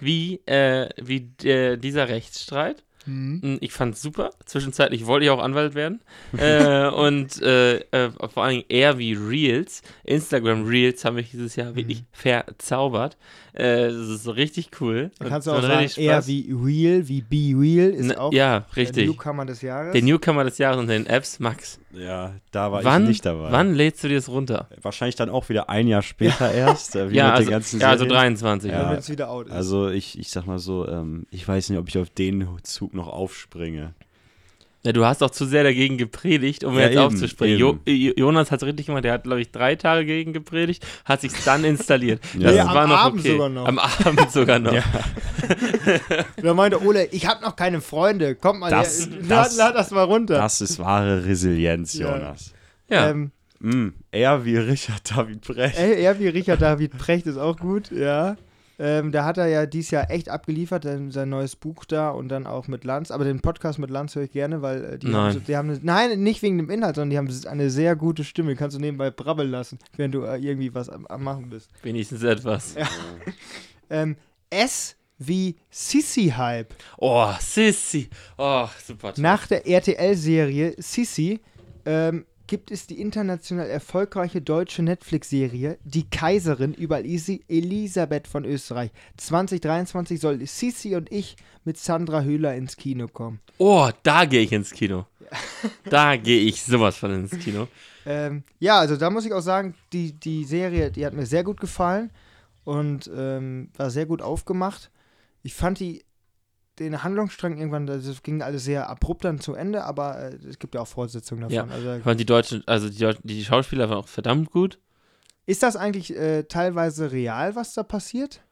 S3: wie, äh, wie äh, dieser Rechtsstreit. Mm, Ich fand super. Zwischenzeitlich wollte ich auch Anwalt werden. äh, und äh, äh, vor allem eher wie Reels. Instagram Reels haben mich dieses Jahr
S1: Mhm.
S3: wirklich verzaubert. Äh, das ist so richtig cool.
S1: da
S3: Und
S1: kannst du
S3: macht
S1: auch sagen,
S3: richtig
S1: R
S3: Spaß.
S1: wie Real, wie Be Real ist
S3: Na,
S1: auch
S3: Ne, ja,
S1: der
S3: richtig.
S1: Newcomer des Jahres.
S3: Der Newcomer des Jahres unter den Apps, Max.
S2: Ja, da war
S3: wann,
S2: ich nicht dabei.
S3: wann lädst du dir das runter?
S2: Wahrscheinlich dann auch wieder ein Jahr später erst. äh, Wie
S3: Ja,
S2: mit
S3: also,
S2: den ganzen
S3: ja, also
S2: Serien.
S3: 23.
S2: Ja.
S3: Ja.
S1: Wenn es wieder out ist.
S2: Also ich, ich sag mal so, ähm, ich weiß nicht, ob ich auf den Zug noch aufspringe.
S3: du hast auch zu sehr dagegen gepredigt, um
S2: Ja,
S3: jetzt
S2: eben,
S3: aufzuspringen. Jo
S2: eben.
S3: Jo- Jonas hat es richtig gemacht. Der hat, glaube ich, drei Tage gegen gepredigt, hat sich dann installiert.
S2: Ja.
S3: Das
S2: Ja,
S3: war
S1: am
S3: noch
S1: Abend
S3: okay.
S1: sogar noch.
S3: Am Abend sogar noch.
S1: Und dann meinte Ole, ich habe noch keine Freunde. Kommt mal,
S2: Das-
S1: her,
S2: das-
S1: lad, lad das mal runter.
S2: Das ist wahre Resilienz,
S1: Ja.
S2: Jonas.
S3: Ja.
S1: ähm,
S2: Mm, er wie Richard David Brecht.
S1: Ey, er wie Richard David Precht ist auch gut, ja. Ähm, da hat er ja dieses Jahr echt abgeliefert, sein, sein neues Buch da und dann auch mit Lanz. Aber den Podcast mit Lanz höre ich gerne, weil äh, die, Haben,
S3: Nein.
S1: so- die haben eine, nein, nicht wegen dem Inhalt, sondern die haben s- eine sehr gute Stimme. Kannst du nebenbei brabbeln lassen, während du äh, irgendwie was am, am machen bist.
S3: Wenigstens etwas.
S1: Ähm, S wie Sissy Hype.
S3: Oh, Sissi. Oh, super.
S1: Nach der RTL-Serie Sissy ähm, gibt es die international erfolgreiche deutsche Netflix-Serie Die Kaiserin über Elisi Elisabeth von Österreich. 2023 soll Sissy und ich mit Sandra Hüller ins Kino kommen.
S3: Oh, da gehe ich ins Kino. Da gehe ich sowas von ins Kino.
S1: Ähm, ja, also da muss ich auch sagen, die, die Serie, die hat mir sehr gut gefallen und ähm, war sehr gut aufgemacht. Ich fand die den Handlungsstrang irgendwann, das ging alles sehr abrupt dann zu Ende, aber äh, es gibt ja auch Fortsetzungen davon.
S3: Ja.
S1: Also,
S3: Ich fand die deutschen, also die, Deut- die Schauspieler waren auch verdammt gut.
S1: Ist das eigentlich äh, teilweise real, was da passiert?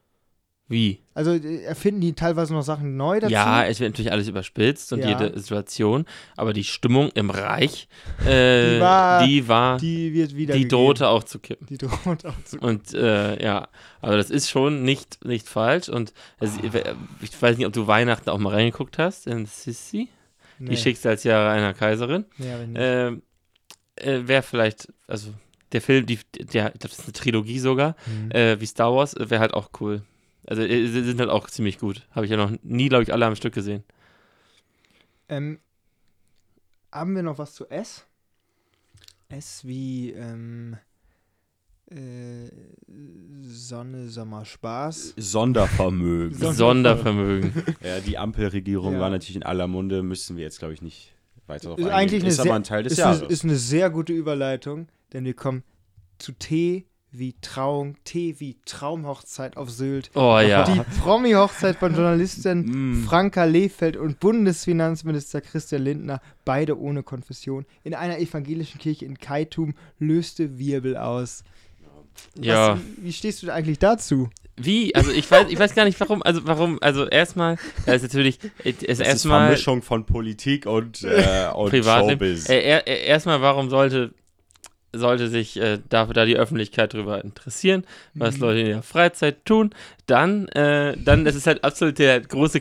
S3: Wie?
S1: Also äh, erfinden die teilweise noch Sachen neu dazu?
S3: Ja,
S2: äh,
S3: es wird natürlich alles überspitzt und
S1: Ja.
S3: jede Situation, aber die Stimmung im Reich, äh,
S1: Die
S3: die
S1: war-
S3: war, die,
S1: die wird wieder.
S3: drohte auch zu kippen.
S1: Die droht auch zu.
S3: Und äh, ja, also das ist schon nicht, nicht falsch. Und also,
S1: Ah.
S3: ich weiß nicht, ob du Weihnachten auch mal reingeguckt hast in Sissi,
S1: Nee, Mhm.
S3: die Schicksalsjahre einer Kaiserin.
S1: nee, hab ich nicht.
S3: Ähm, äh, Wäre vielleicht, also der Film, die, der, ich glaube, das ist eine Trilogie sogar,
S1: Mhm.
S3: äh, wie Star Wars, wäre halt auch cool. Also äh, sie sind halt auch ziemlich gut. Habe ich ja noch nie, glaube ich, alle am Stück gesehen.
S1: Ähm, haben wir noch was zu S? S wie ähm, äh, Sonne, Sommer, Spaß.
S2: Sondervermögen.
S1: Son-
S3: Sondervermögen.
S2: ja, die Ampelregierung
S1: Ja.
S2: war natürlich in aller Munde, müssen wir jetzt, glaube ich, nicht weiter drauf
S1: Ist
S2: eingehen.
S1: eigentlich eine
S2: ist
S1: sehr-
S2: aber ein Teil des
S1: Ist
S2: Jahres.
S1: eine, ist eine sehr gute Überleitung, denn wir kommen zu T wie Trauung, T wie Traumhochzeit auf Sylt.
S3: Oh ja.
S1: Die Promi-Hochzeit von Journalisten
S2: Mm.
S1: Franka Lehfeld und Bundesfinanzminister Christian Lindner, beide ohne Konfession, in einer evangelischen Kirche in Kaitum löste Wirbel aus.
S3: ja.
S1: Was, wie stehst du eigentlich dazu?
S3: Wie? Also ich weiß, ich weiß gar nicht warum. Also warum? Also erstmal, da ist natürlich äh, ist
S2: das ist
S3: erstmal
S2: Vermischung von Politik und, äh, und
S3: Privatleben.
S2: Showbiz.
S3: Äh, er, er, erstmal, warum sollte sollte sich äh, dafür da die Öffentlichkeit drüber interessieren, was Leute in ihrer Freizeit tun, dann, äh, dann das ist halt absolut der große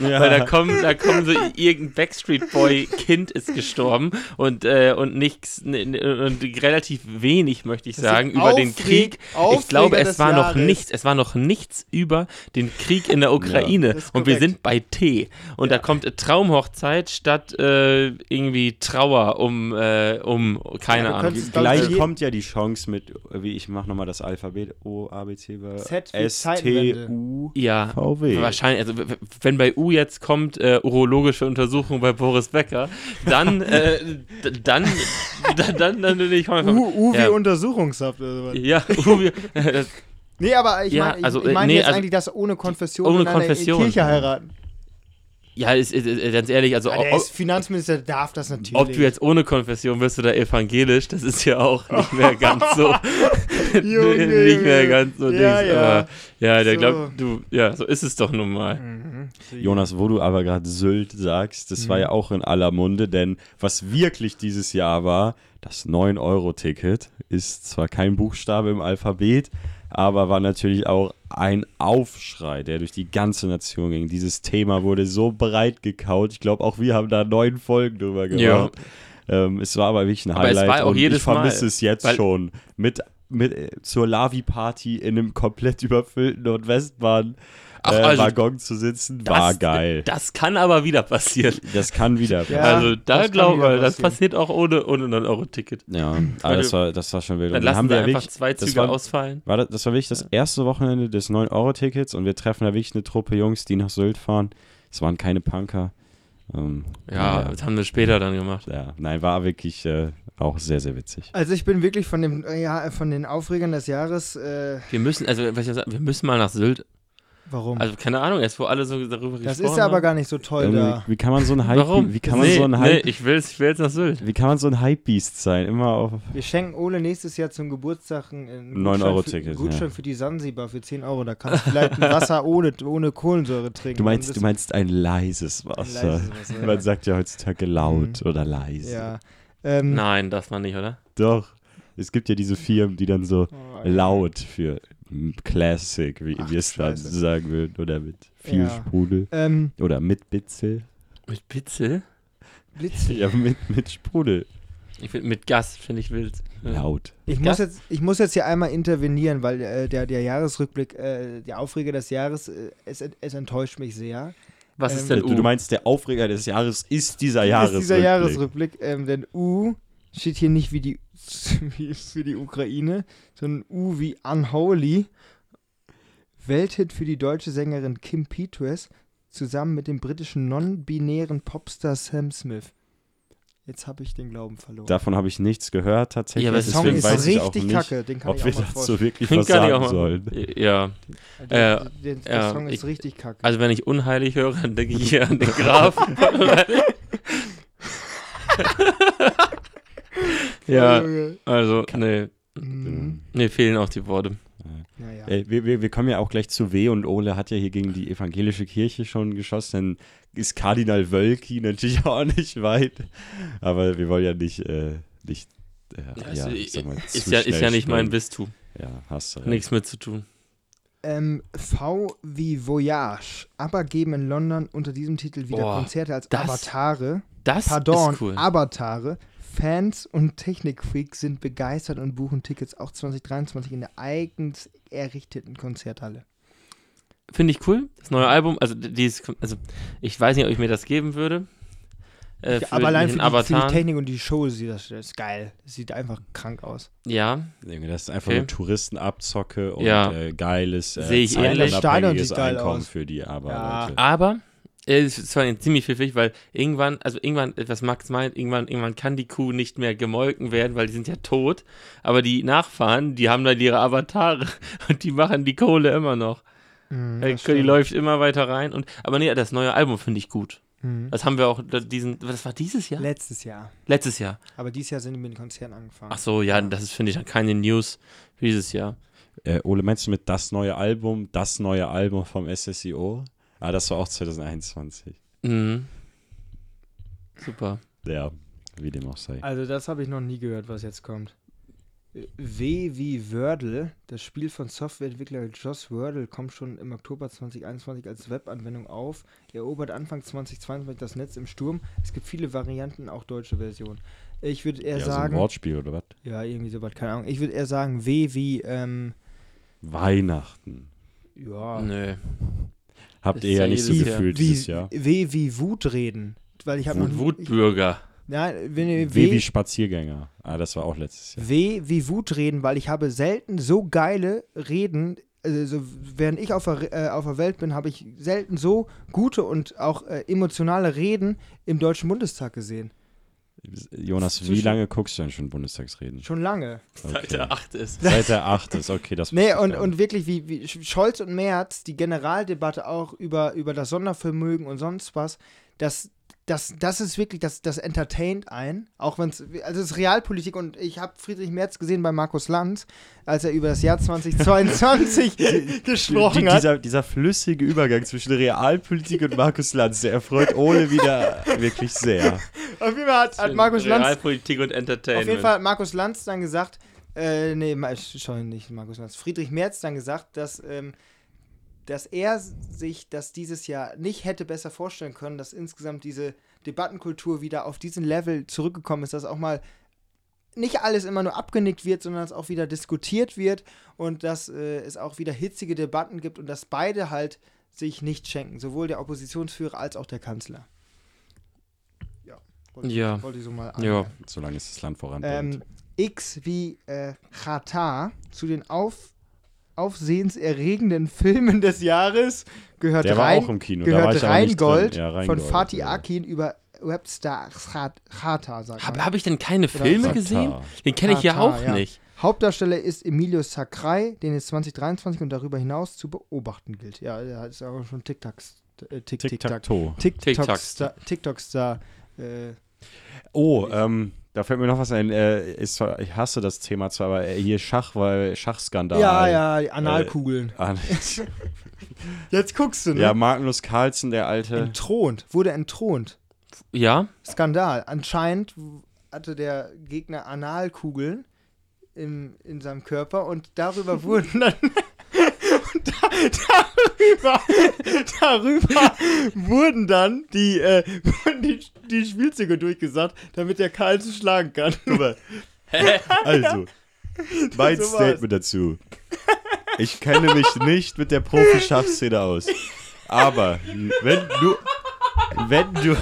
S2: Ja.
S3: weil da kommen, da kommen so irgendein Backstreet Boy Kind ist gestorben und äh, und nichts ne, ne, und relativ wenig möchte ich sagen über den Krieg ich glaube, es war noch nichts, es war noch nichts über den Krieg in der Ukraine.
S1: das ist
S3: und wir
S1: korrekt.
S3: sind bei T. Und da kommt Traumhochzeit statt äh, irgendwie Trauer um, äh, um Keine
S1: du
S3: Ahnung.
S1: könntest-
S2: Gleich
S1: Je-
S2: kommt ja die Chance mit, wie ich mache nochmal das Alphabet, O, A, B, C, W,
S1: Z wie
S2: S, T,
S1: Zeitenwende.
S2: U,
S3: Ja,
S2: V, W.
S3: wahrscheinlich. Also, w- w- wenn bei U jetzt kommt, äh, urologische Untersuchung bei Boris Becker, dann, äh, d- dann, dann, dann, dann, bin ich
S1: U, U wie
S3: ja,
S1: Untersuchungshaft oder sowas.
S3: ja, U wie, das,
S1: Nee, aber ich
S3: Ja,
S1: meine ich,
S3: also,
S1: ich
S3: äh,
S1: meine
S3: nee,
S1: jetzt
S3: also-
S1: eigentlich, dass ohne Konfession
S3: ohne
S1: miteinander
S3: Konfession.
S1: in die Kirche heiraten.
S3: ja ist, ist, ist, ganz ehrlich, also
S1: Ja, der
S3: ob,
S1: ist Finanzminister darf das natürlich.
S3: ob du jetzt ohne Konfession wirst oder evangelisch, das ist ja auch nicht mehr ganz so.
S1: Junge,
S3: nicht mehr
S1: Junge.
S3: ganz so
S1: Ja,
S3: Dings.
S1: ja.
S3: Aber, ja, der
S1: So. Mhm.
S3: glaubt, du, ja, so ist es doch nun mal.
S2: Jonas, wo du aber gerade Sylt sagst, das war
S3: Mhm.
S2: ja auch in aller Munde, denn was wirklich dieses Jahr war, das 9-Euro-Ticket ist zwar kein Buchstabe im Alphabet, aber war natürlich auch ein Aufschrei, der durch die ganze Nation ging. Dieses Thema wurde so breit gekaut. Ich glaube, auch wir haben da neun Folgen drüber
S3: Ja.
S2: gemacht. Ähm, es war aber wirklich ein
S3: Aber es
S2: Highlight
S3: war auch
S2: und
S3: jedes
S2: ich vermisse
S3: Mal,
S2: es jetzt
S3: weil-
S2: schon. Mit, mit äh, zur Lavi-Party in einem komplett überfüllten Nordwestbahn
S3: Ach,
S2: äh,
S3: also
S2: Waggon zu sitzen,
S3: Das-
S2: war geil.
S3: Das kann aber wieder passieren.
S2: Das kann wieder.
S1: Ja.
S3: also da
S1: das kann
S3: glaube
S1: wieder
S3: ich, das
S1: passieren.
S3: passiert auch ohne, ohne 9-Euro-Ticket.
S2: Ja, aber das war, das war schon wild.
S3: Dann
S2: Und
S3: lassen
S2: wir
S3: wir
S2: ja
S3: einfach
S2: wirklich-
S3: zwei
S2: das
S3: Züge
S2: war,
S3: ausfallen.
S2: War das, das war wirklich das erste Wochenende des 9-Euro-Tickets und wir treffen da wirklich eine Truppe Jungs, die nach Sylt fahren. Es waren keine Punker. Ähm,
S3: Ja,
S2: naja.
S3: das haben wir später dann gemacht.
S2: ja. Nein, war wirklich äh, auch sehr, sehr witzig.
S1: Also ich bin wirklich von dem äh, ja, von den Aufregern des Jahres. Äh,
S3: Wir müssen, also was ich sagen, wir müssen mal nach Sylt.
S1: warum?
S3: Also keine Ahnung, jetzt wo alle so darüber gesprochen
S1: Um. das ist ja aber
S3: haben. Ähm,
S1: gar nicht so toll
S2: Irgendwie,
S1: da.
S2: Ähm, wie kann man so ein Hype,
S3: Warum?
S2: Wie kann man
S3: nee,
S2: so ein
S3: nee,
S2: Hype,
S3: ich will, ich will jetzt nach Sylt.
S2: wie kann man so ein Hype-Beast sein? Immer auf.
S1: Wir schenken Ole nächstes Jahr zum Geburtstag ein- ein
S2: 9 Euro
S1: Gutschein, für,
S2: Ticket,
S1: einen Gutschein
S2: ja.
S1: für die Sansibar für 10 Euro. Da kannst du vielleicht ein Wasser ohne, ohne Kohlensäure trinken.
S2: Du meinst,
S1: Und
S2: du
S1: das-
S2: meinst ein leises Wasser.
S1: leises Wasser, ja. Mhm.
S2: Man sagt ja heutzutage laut oder leise.
S1: Ja. Ähm,
S3: Nein, das man nicht, oder?
S2: Doch. Es gibt ja diese Firmen, die dann so laut für m, Classic, wie wir es dann
S1: Scheiße.
S2: sagen würden, oder mit viel
S1: Ja.
S2: Sprudel.
S1: ähm,
S2: Oder mit Bitzel.
S3: Mit Pitzel?
S1: Blitz.
S2: Ja, mit, mit Sprudel.
S3: Ich find, mit Gas finde ich wild.
S2: Laut.
S1: Ich muss,
S3: Gas-
S1: jetzt, ich muss jetzt hier einmal intervenieren, weil äh, der, der Jahresrückblick, äh, der Aufreger des Jahres, äh, es, es enttäuscht mich sehr.
S3: Was ist
S1: Ähm,
S3: denn
S2: Äh, Du, du
S3: U?
S2: meinst, der Aufreger des Jahres ist dieser Jahres.
S1: ist dieser Jahresrückblick, ähm, denn U steht hier nicht wie die wie für die Ukraine, sondern U wie Unholy. Welthit für die deutsche Sängerin Kim Petras zusammen mit dem britischen non-binären Popstar Sam Smith. Jetzt habe ich den Glauben verloren.
S2: Davon habe ich nichts gehört tatsächlich.
S3: Ja, aber
S1: der
S3: es ist-
S1: Song
S2: deswegen
S1: ist
S2: weiß ich auch
S1: richtig
S2: nicht,
S1: kacke, den kann
S2: ob
S1: ich
S2: wir
S1: auch mal
S2: dazu
S1: vorstellen.
S2: wirklich
S3: Den
S2: was
S3: kann ich auch
S2: sagen
S3: mal-
S2: sollen.
S1: Der,
S3: Ja, äh,
S1: der, der
S3: ja,
S1: Song ist
S3: ich-
S1: richtig kacke.
S3: also wenn ich unheilig höre, dann denke ich hier an den Graf. ja,
S1: Junge.
S3: also nee,
S1: Mhm.
S3: mir fehlen auch die Worte.
S1: Naja.
S2: Äh, wir, wir, wir kommen ja auch gleich zu W und Ole hat ja hier gegen die evangelische Kirche schon geschossen. Dann ist Kardinal Wölki natürlich auch nicht weit. Aber wir wollen ja nicht, äh, nicht äh, ja,
S3: Also,
S2: ich sag mal,
S3: ist,
S2: zu
S3: ja, ist
S2: schnell
S3: ja nicht mein
S2: springen.
S3: Bistum.
S2: Ja, hast du recht.
S3: Nichts mit zu tun.
S1: Ähm, v wie Voyage. Aber geben in London unter diesem Titel wieder
S3: Boah,
S1: Konzerte als
S3: das-
S1: Avatare.
S3: Das
S1: Pardon,
S3: ist cool.
S1: Avatare. Fans und Technikfreaks sind begeistert und buchen Tickets auch 2023 in der eigens errichteten Konzerthalle.
S3: Finde ich cool. Das neue Album, also d- dieses, also ich weiß nicht, ob ich mir das geben würde. Äh,
S1: Ja, aber allein für
S3: den
S1: die, für die
S3: Avatar.
S1: Technik und die Show sieht das, das ist geil. Das sieht einfach krank aus.
S3: ja,
S2: Junge, Das ist einfach
S3: Okay.
S2: nur Touristenabzocke und
S3: Ja.
S2: äh, geiles, äh,
S3: Sehe ich ähnlich.
S2: zeitunabhängiges
S1: Das Stadion sieht geil
S2: Einkommen
S1: aus.
S2: für die
S1: Ja.
S2: Arbeiter.
S3: aber äh, es ist zwar ziemlich pfiffig, weil irgendwann, also irgendwann, äh, was Max meint, irgendwann, irgendwann kann die Kuh nicht mehr gemolken werden, weil die sind ja tot. Aber die Nachfahren, die haben dann ihre Avatare und die machen die Kohle immer noch.
S1: Mhm,
S3: Äh,
S1: das
S3: die
S1: stimmt.
S3: läuft immer weiter rein. Und, aber nee, das neue Album finde ich gut.
S1: Mhm.
S3: Das haben wir auch, da- diesen, das war dieses Jahr?
S1: Letztes Jahr.
S3: Letztes Jahr.
S1: Aber dieses Jahr sind wir mit den Konzerten angefangen.
S3: Ach so, ja, das ist, finde ich, dann keine News für dieses Jahr.
S2: Äh, Ole, meinst du mit das neue Album, das neue Album vom SSIO? Ah, das war auch 2021.
S3: Mhm. Super.
S2: Ja, wie dem auch sei.
S1: Also das habe ich noch nie gehört, was jetzt kommt. Äh, W wie Wordle, das Spiel von Softwareentwickler Joss Wordle, kommt schon im Oktober 2021 als Webanwendung auf, erobert Anfang 2022 das Netz im Sturm. Es gibt viele Varianten, auch deutsche Version. Ich würde eher
S2: ja, so ein
S1: sagen,
S2: Wortspiel oder was?
S1: ja irgendwie sowas, keine Ahnung. Ich würde eher sagen W wie ähm,
S2: Weihnachten.
S1: ja
S3: Nö.
S2: Habt
S3: Das
S2: ihr
S3: ist
S2: ja
S3: ja
S2: nicht so
S3: jedes Jahr.
S2: gefühlt
S1: wie
S2: dieses Jahr.
S1: W wie Wutreden, weil ich habe noch
S3: Wut,
S1: nie- ich-
S3: Wutbürger.
S1: Nein, wenn ihr
S2: W wie
S1: W,
S2: Spaziergänger. Ah, das war auch letztes Jahr.
S1: w wie Wut reden, weil ich habe selten so geile Reden. Also, während ich auf der, Re- äh, auf der Welt bin, habe ich selten so gute und auch äh, emotionale Reden im Deutschen Bundestag gesehen.
S2: Jonas, wie
S1: Zwischen-
S2: lange guckst du denn schon Bundestagsreden?
S1: Schon lange.
S3: Seit der 8 ist.
S2: Seit der 8. ist okay, das
S1: Nee,
S2: wusste ich
S1: und,
S2: gar
S1: und
S2: nicht.
S1: wirklich, wie, wie Sch- Scholz und Merz, die Generaldebatte auch über, über das Sondervermögen und sonst was, das, das, das ist wirklich, das, das entertaint einen. Auch wenn es, also es ist Realpolitik und ich habe Friedrich Merz gesehen bei Markus Lanz, als er über das Jahr 2022
S2: Die,
S1: gesprochen hat.
S2: dieser, dieser flüssige Übergang zwischen Realpolitik und Markus Lanz, der erfreut Ole wieder wirklich sehr.
S1: Auf jeden Fall hat, hat Markus Lanz
S3: Realpolitik und Entertainment.
S1: Auf jeden Fall hat Markus Lanz dann gesagt, äh, nee, Ma- sorry, nicht Markus Lanz, Friedrich Merz dann gesagt, dass, ähm, dass er sich das dieses Jahr nicht hätte besser vorstellen können, dass insgesamt diese Debattenkultur wieder auf diesen Level zurückgekommen ist, dass auch mal nicht alles immer nur abgenickt wird, sondern dass auch wieder diskutiert wird und dass äh, es auch wieder hitzige Debatten gibt und dass beide halt sich nicht schenken, sowohl der Oppositionsführer als auch der Kanzler. Ja, wollte,
S3: Ja.
S1: wollte ich so mal
S3: Ja.
S2: Solange es das Land voranbringt.
S1: ähm, X wie äh, Chata zu den auf, aufsehenserregenden Filmen des Jahres gehört
S2: Der war
S1: rein,
S2: auch im Kino, da
S1: gehört
S2: war ich aber nicht
S1: Rheingold
S2: drin. Ja,
S1: von
S2: Rheingold,
S1: Fatih
S2: ja.
S1: Akin über Webstar Chata, sagt
S3: Habe
S1: man.
S3: hab ich denn keine Filme
S2: Katar.
S3: gesehen? Den kenne ich ja
S1: Katar,
S3: auch
S1: ja.
S3: nicht.
S1: Hauptdarsteller ist Emilio Sacrai, den es 2023 und darüber hinaus zu beobachten gilt. Ja, der ist auch schon TikTok äh, Tik- TikTok
S2: Tic-Tac-Toe.
S1: TikTok-Star TikTok-Star äh,
S2: Oh, ähm, da fällt mir noch was ein. Äh, ist zwar, ich hasse das Thema zwar, aber äh, hier Schach, weil Schachskandal.
S1: ja, ja, die Analkugeln.
S2: Ah,
S1: Jetzt guckst du, ne?
S2: ja, Magnus Carlsen, der alte.
S1: entthront, wurde entthront.
S3: Ja?
S1: Skandal. Anscheinend w- hatte der Gegner Analkugeln im, in seinem Körper und darüber wurden dann. und da, darüber, darüber wurden dann die, äh, wurden die, die Spielzüge durchgesagt, damit der Karl zu schlagen kann.
S2: Also, mein
S1: So war's.
S2: Statement dazu. Ich kenne mich nicht mit der Profi-Schachszene aus. Aber wenn du. Wenn du.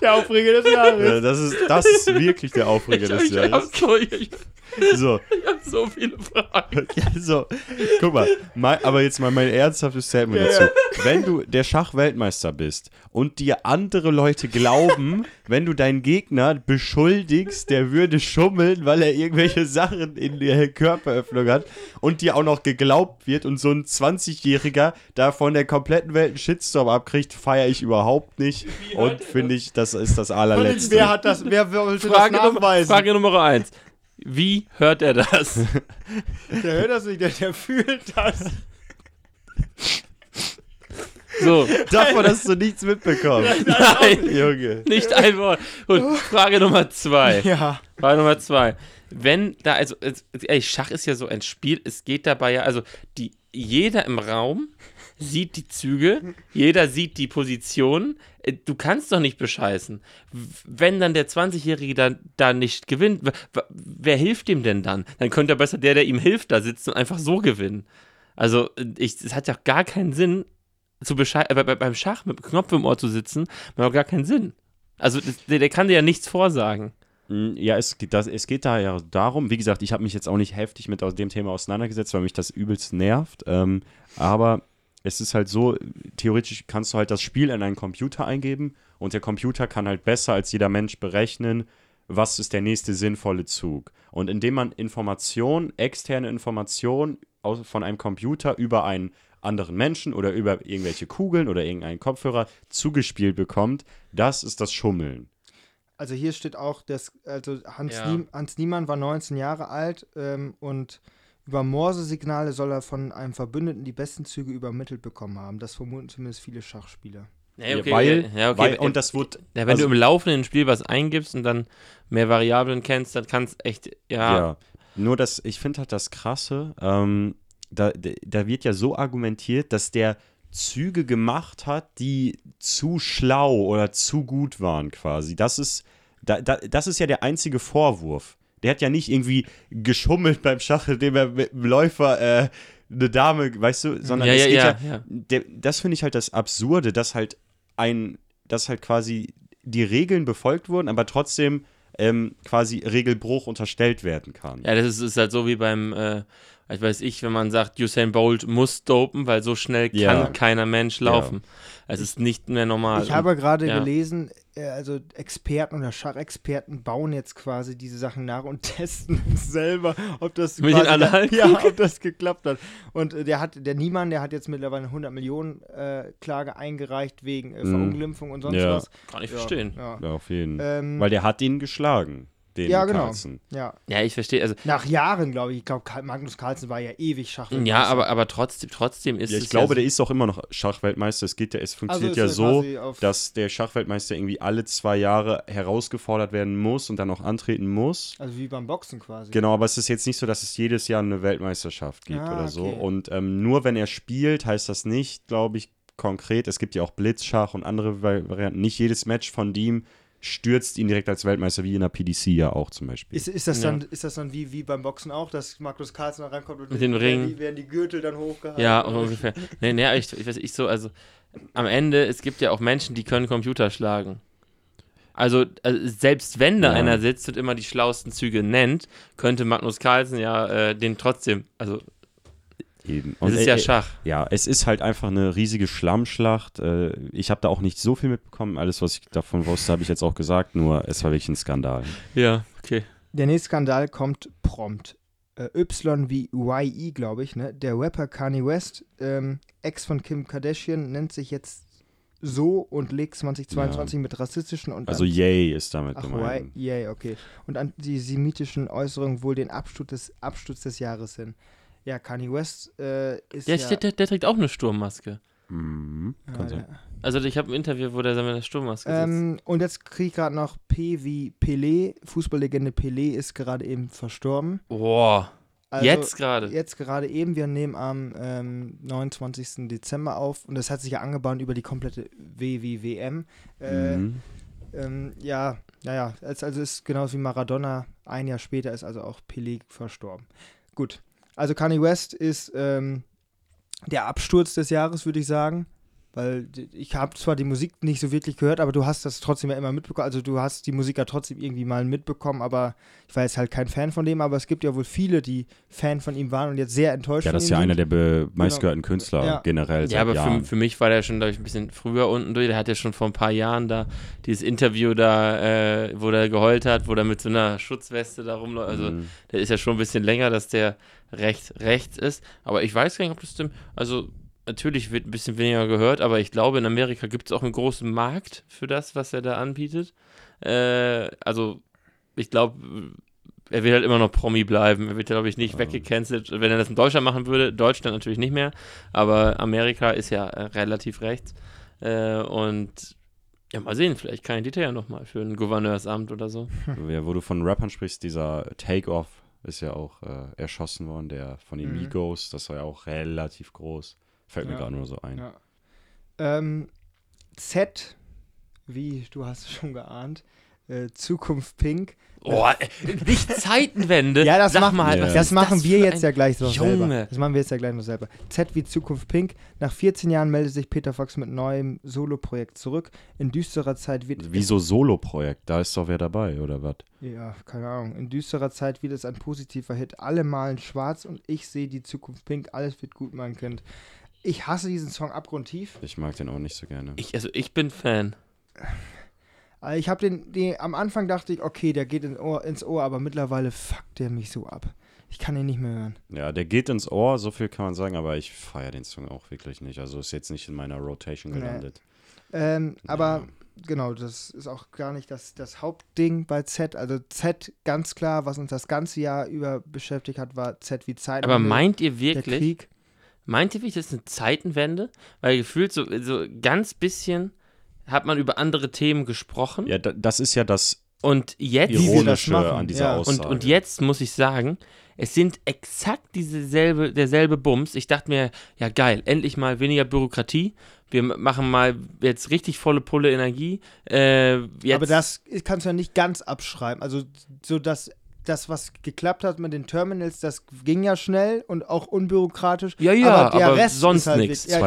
S1: Der Aufreger des Jahres.
S2: Äh, Das ist, das ist wirklich der Aufreger
S3: Ich,
S2: des
S3: ich, hab
S2: Jahres.
S3: so, ich, ich
S2: So,
S3: hab so viele Fragen.
S2: Ja, so, guck mal, mein, aber jetzt mal mein ernsthaftes Statement dazu. Wenn du der Schachweltmeister bist und dir andere Leute glauben, wenn du deinen Gegner beschuldigst, der würde schummeln, weil er irgendwelche Sachen in der Körperöffnung hat und dir auch noch geglaubt wird und so ein 20-Jähriger da von der kompletten Welt einen Shitstorm abkriegt, feiere ich überhaupt nicht und finde ich, das ist das allerletzte.
S1: Wer hat das, wer wollte
S3: Frage,
S1: das
S3: Nummer,
S1: nachweisen?
S3: Frage Nummer 1. Wie hört er das?
S1: Der hört das nicht, der, der fühlt das.
S3: So,
S2: Davon hast du nichts mitbekommen.
S3: nein,
S2: Junge.
S3: nicht ein Wort. Und Frage Nummer 2.
S1: Ja.
S3: Frage Nummer zwei. Wenn da, also, es- ey, Schach ist ja so ein Spiel, es geht dabei ja, also, die, jeder im Raum sieht die Züge, jeder sieht die Position. Äh, Du kannst doch nicht bescheißen. W- Wenn dann der 20-Jährige da, da nicht gewinnt, w- w- wer hilft ihm denn dann? Dann könnte ja besser der, der ihm hilft, da sitzen und einfach so gewinnen. Also, äh, ich, es hat ja gar keinen Sinn, zu beschei äh, bei, bei, beim Schach mit dem Knopf im Ohr zu sitzen, macht auch gar keinen Sinn. Also, das, der, der kann dir ja nichts vorsagen.
S2: Mm, Ja, es, geht- das, es geht da ja darum, wie gesagt, ich habe mich jetzt auch nicht heftig mit aus dem Thema auseinandergesetzt, weil mich das übelst nervt. Ähm, aber es ist halt so, theoretisch kannst du halt das Spiel in einen Computer eingeben und der Computer kann halt besser als jeder Mensch berechnen, was ist der nächste sinnvolle Zug. Und indem man Informationen, externe Informationen aus, von einem Computer über einen anderen Menschen oder über irgendwelche Kugeln oder irgendeinen Kopfhörer zugespielt bekommt, das ist das Schummeln.
S1: Also hier steht auch, dass, also Hans,
S3: Ja.
S1: Niem Hans Niemann war 19 Jahre alt ähm, und über Morse-Signale soll er von einem Verbündeten die besten Züge übermittelt bekommen haben. Das vermuten zumindest viele Schachspieler.
S3: Nee, okay,
S2: weil,
S3: ja, okay.
S2: weil, und das wurde.
S3: ja, wenn
S2: also-
S3: du im laufenden Spiel was eingibst und dann mehr Variablen kennst, dann kannst echt, ja,
S2: Ja. Nur das, ich finde halt das Krasse, ähm, da, d- da wird ja so argumentiert, dass der Züge gemacht hat, die zu schlau oder zu gut waren quasi. Das ist, da, da, das ist ja der einzige Vorwurf. Der hat ja nicht irgendwie geschummelt beim Schach, indem er mit dem Läufer äh, eine Dame, weißt du, sondern
S3: Ja,
S2: es
S3: ja,
S2: geht
S3: ja,
S2: ja,
S3: ja.
S2: Der, das finde ich halt das Absurde, dass halt ein, dass halt quasi die Regeln befolgt wurden, aber trotzdem ähm, quasi Regelbruch unterstellt werden kann.
S3: Ja, das ist, ist halt so wie beim, äh, ich weiß ich, wenn man sagt, Usain Bolt muss dopen, weil so schnell kann
S2: Ja.
S3: keiner Mensch laufen. Es ist nicht mehr normal.
S1: Ich habe gerade
S3: also, ja.
S1: gelesen, äh, also Experten oder Schachexperten bauen jetzt quasi diese Sachen nach und testen selber, ob das
S3: Mit
S1: quasi
S3: den Analkugeln?
S1: ja, ob das geklappt hat. Und äh, der hat der Niemann, der hat jetzt mittlerweile eine 100 Millionen äh, Klage eingereicht wegen äh,
S2: Mhm.
S1: Verunglimpfung und sonst
S2: Ja.
S1: was.
S3: Kann ich
S1: Ja,
S3: verstehen. Ja,
S1: Ja,
S2: Ja, auf jeden Fall.
S1: Ähm,
S2: Weil der hat ihn geschlagen, den
S1: ja genau.
S2: Carlsen.
S1: Ja.
S3: ich verstehe. Also,
S1: Nach Jahren, glaube ich. Ich glaube, Karl- Magnus Carlsen war ja ewig Schachweltmeister.
S3: ja, aber, aber trotzdem, trotzdem ist
S2: Also Ja,
S3: es.
S2: ich glaube,
S3: ja
S2: der ist auch immer noch Schachweltmeister. Es geht ja, es funktioniert
S1: Also ist er quasi
S2: ja so,
S1: auf-
S2: dass der Schachweltmeister irgendwie alle zwei Jahre herausgefordert werden muss und dann auch antreten muss.
S1: Also wie beim Boxen quasi.
S2: Genau, aber es ist jetzt nicht so, dass es jedes Jahr eine Weltmeisterschaft gibt
S1: Ah,
S2: oder so.
S1: okay.
S2: Und ähm, nur wenn er spielt, heißt das nicht, glaube ich, konkret. Es gibt ja auch Blitzschach und andere Vari- Varianten. Nicht jedes Match von ihm stürzt ihn direkt als Weltmeister, wie in der PDC ja auch zum Beispiel.
S1: Ist, ist das dann, ist das dann wie, wie beim Boxen auch, dass Magnus Carlsen da reinkommt und
S3: Mit dem
S1: werden
S3: Ring.
S1: Die, werden die Gürtel dann hochgehalten?
S3: Ja, ungefähr. Nee, nee, aber ich, ich weiß ich so, also am Ende, es gibt ja auch Menschen, die können Computer schlagen. Also, also selbst wenn da
S2: Ja.
S3: einer sitzt und immer die schlausten Züge nennt, könnte Magnus Carlsen ja äh, den trotzdem, also
S2: Jeden.
S3: es
S2: Und,
S3: ist
S2: äh,
S3: ja
S2: äh,
S3: Schach.
S2: Ja, es ist halt einfach eine riesige Schlammschlacht. Äh, Ich habe da auch nicht so viel mitbekommen. Alles, was ich davon wusste, habe ich jetzt auch gesagt. Nur es war wirklich ein Skandal.
S3: Ja, okay.
S1: Der nächste Skandal kommt prompt. Äh, y wie YE, glaube ich, ne? Der Rapper Kanye West, ähm, Ex von Kim Kardashian, nennt sich jetzt so und legt 2022 mit rassistischen und
S2: Also yay ist damit
S1: Ach,
S2: gemeint.
S1: why? Yay, okay. Und antisemitischen Äußerungen wohl den Absturz des, Absturz des Jahres hin. Ja, Kanye West äh, ist
S3: Der,
S1: ja...
S3: der, der, der trägt auch eine Sturmmaske.
S2: Mhm. Kann
S1: Ah, ja,
S2: sein.
S3: Also ich habe ein Interview, wo der mit einer Sturmmaske sitzt.
S1: Ähm, und jetzt kriege ich gerade noch P wie Pelé. Fußballlegende Pelé ist gerade eben verstorben.
S3: Boah,
S1: Also,
S3: jetzt gerade.
S1: Jetzt gerade eben. Wir nehmen am ähm, 29. Dezember auf. Und das hat sich ja angebahnt über die komplette WWWM. Äh,
S2: Mhm.
S1: ähm, ja, naja. Es, also ist genauso wie Maradona. Ein Jahr später ist also auch Pelé verstorben. Gut. Also Kanye West ist ähm, der Absturz des Jahres, würde ich sagen. Weil d- ich habe zwar die Musik nicht so wirklich gehört, aber du hast das trotzdem ja immer mitbekommen. Also du hast die Musik ja trotzdem irgendwie mal mitbekommen, aber ich war jetzt halt kein Fan von dem, aber es gibt ja wohl viele, die Fan von ihm waren und jetzt sehr enttäuscht
S2: Ja,
S1: von
S2: das ist
S1: ihm
S2: ja einer
S1: sind.
S2: der be- meistgehörten Künstler
S1: Genau. Ja.
S2: generell. Seit
S3: ja, aber
S2: Jahren.
S3: für, für mich war der schon, glaube ich, ein bisschen früher unten durch. Der hat ja schon vor ein paar Jahren da dieses Interview da, äh, wo der geheult hat, wo der mit so einer Schutzweste da rumläuft. Also
S2: Mhm.
S3: der ist ja schon ein bisschen länger, dass der rechts rechts ist. Aber ich weiß gar nicht, ob das dem, also natürlich wird ein bisschen weniger gehört, aber ich glaube, in Amerika gibt es auch einen großen Markt für das, was er da anbietet. Äh, also ich glaube, er wird halt immer noch Promi bleiben. Er wird, glaube ich, nicht weggecancelt. Wenn er das in Deutschland machen würde, Deutschland natürlich nicht mehr, aber Amerika ist ja äh, relativ rechts. Äh, und ja, mal sehen, vielleicht kann ich die ja nochmal für ein Gouverneursamt oder so.
S2: Ja, wo du von Rappern sprichst, dieser Takeoff ist ja auch äh, erschossen worden, der von den
S1: Mhm.
S2: Migos, das war ja auch relativ groß. Fällt mir
S1: Ja.
S2: gerade nur so ein.
S1: Ja. Ähm, Z, wie du hast es schon geahnt, äh, Zukunft Pink.
S3: Oh, nicht Zeitenwende.
S1: Ja, das,
S3: Sag
S1: machen,
S3: mal,
S2: Ja.
S3: was
S2: das
S3: ist
S1: machen
S3: das
S1: wir
S3: für
S1: jetzt
S3: ein-
S1: ja gleich noch
S3: Junge.
S1: selber. Das machen wir jetzt ja gleich noch selber. Z wie Zukunft Pink. Nach 14 Jahren meldet sich Peter Fox mit neuem Soloprojekt zurück. In düsterer Zeit wird
S2: Wieso Solo-Projekt? Da ist doch wer dabei, oder was?
S1: ja, keine Ahnung. In düsterer Zeit wird es ein positiver Hit. Alle malen schwarz und ich sehe die Zukunft Pink. Alles wird gut, mein Kind. Ich hasse diesen Song abgrundtief.
S2: Ich mag den auch nicht so gerne.
S3: Ich, also ich bin Fan.
S1: Äh, Ich habe den, den, am Anfang dachte ich, okay, der geht ins Ohr, ins Ohr, aber mittlerweile fuckt der mich so ab. Ich kann ihn nicht mehr hören.
S2: Ja, der geht ins Ohr, so viel kann man sagen, aber ich feiere den Song auch wirklich nicht. Also ist jetzt nicht in meiner Rotation
S1: Nee.
S2: gelandet.
S1: Ähm, Aber
S2: Ja.
S1: genau, das ist auch gar nicht das, das Hauptding bei Z. Also Z, ganz klar, was uns das ganze Jahr über beschäftigt hat, war Z wie Zeit.
S3: Aber meint ihr
S1: Äh, der
S3: wirklich,
S1: Krieg?
S3: Meint ihr, wirklich, das ist eine Zeitenwende? Weil gefühlt so, so ganz bisschen hat man über andere Themen gesprochen.
S2: Ja, da, das ist ja das
S3: Und jetzt,
S1: wir das
S2: Ironische
S1: machen,
S2: an dieser
S1: ja. Und-
S2: Aussage.
S3: und, und jetzt muss ich sagen, es sind exakt dieselbe, derselbe Bums. Ich dachte mir, ja geil, endlich mal weniger Bürokratie. Wir machen mal jetzt richtig volle Pulle Energie. Äh, jetzt,
S1: Aber das kannst du ja nicht ganz abschreiben. Also, so dass das, was geklappt hat mit den Terminals, das ging ja schnell und auch unbürokratisch.
S3: Ja, ja,
S1: der
S3: aber
S1: Rest
S3: sonst
S1: ist halt
S3: nix.
S1: wirklich- Ja,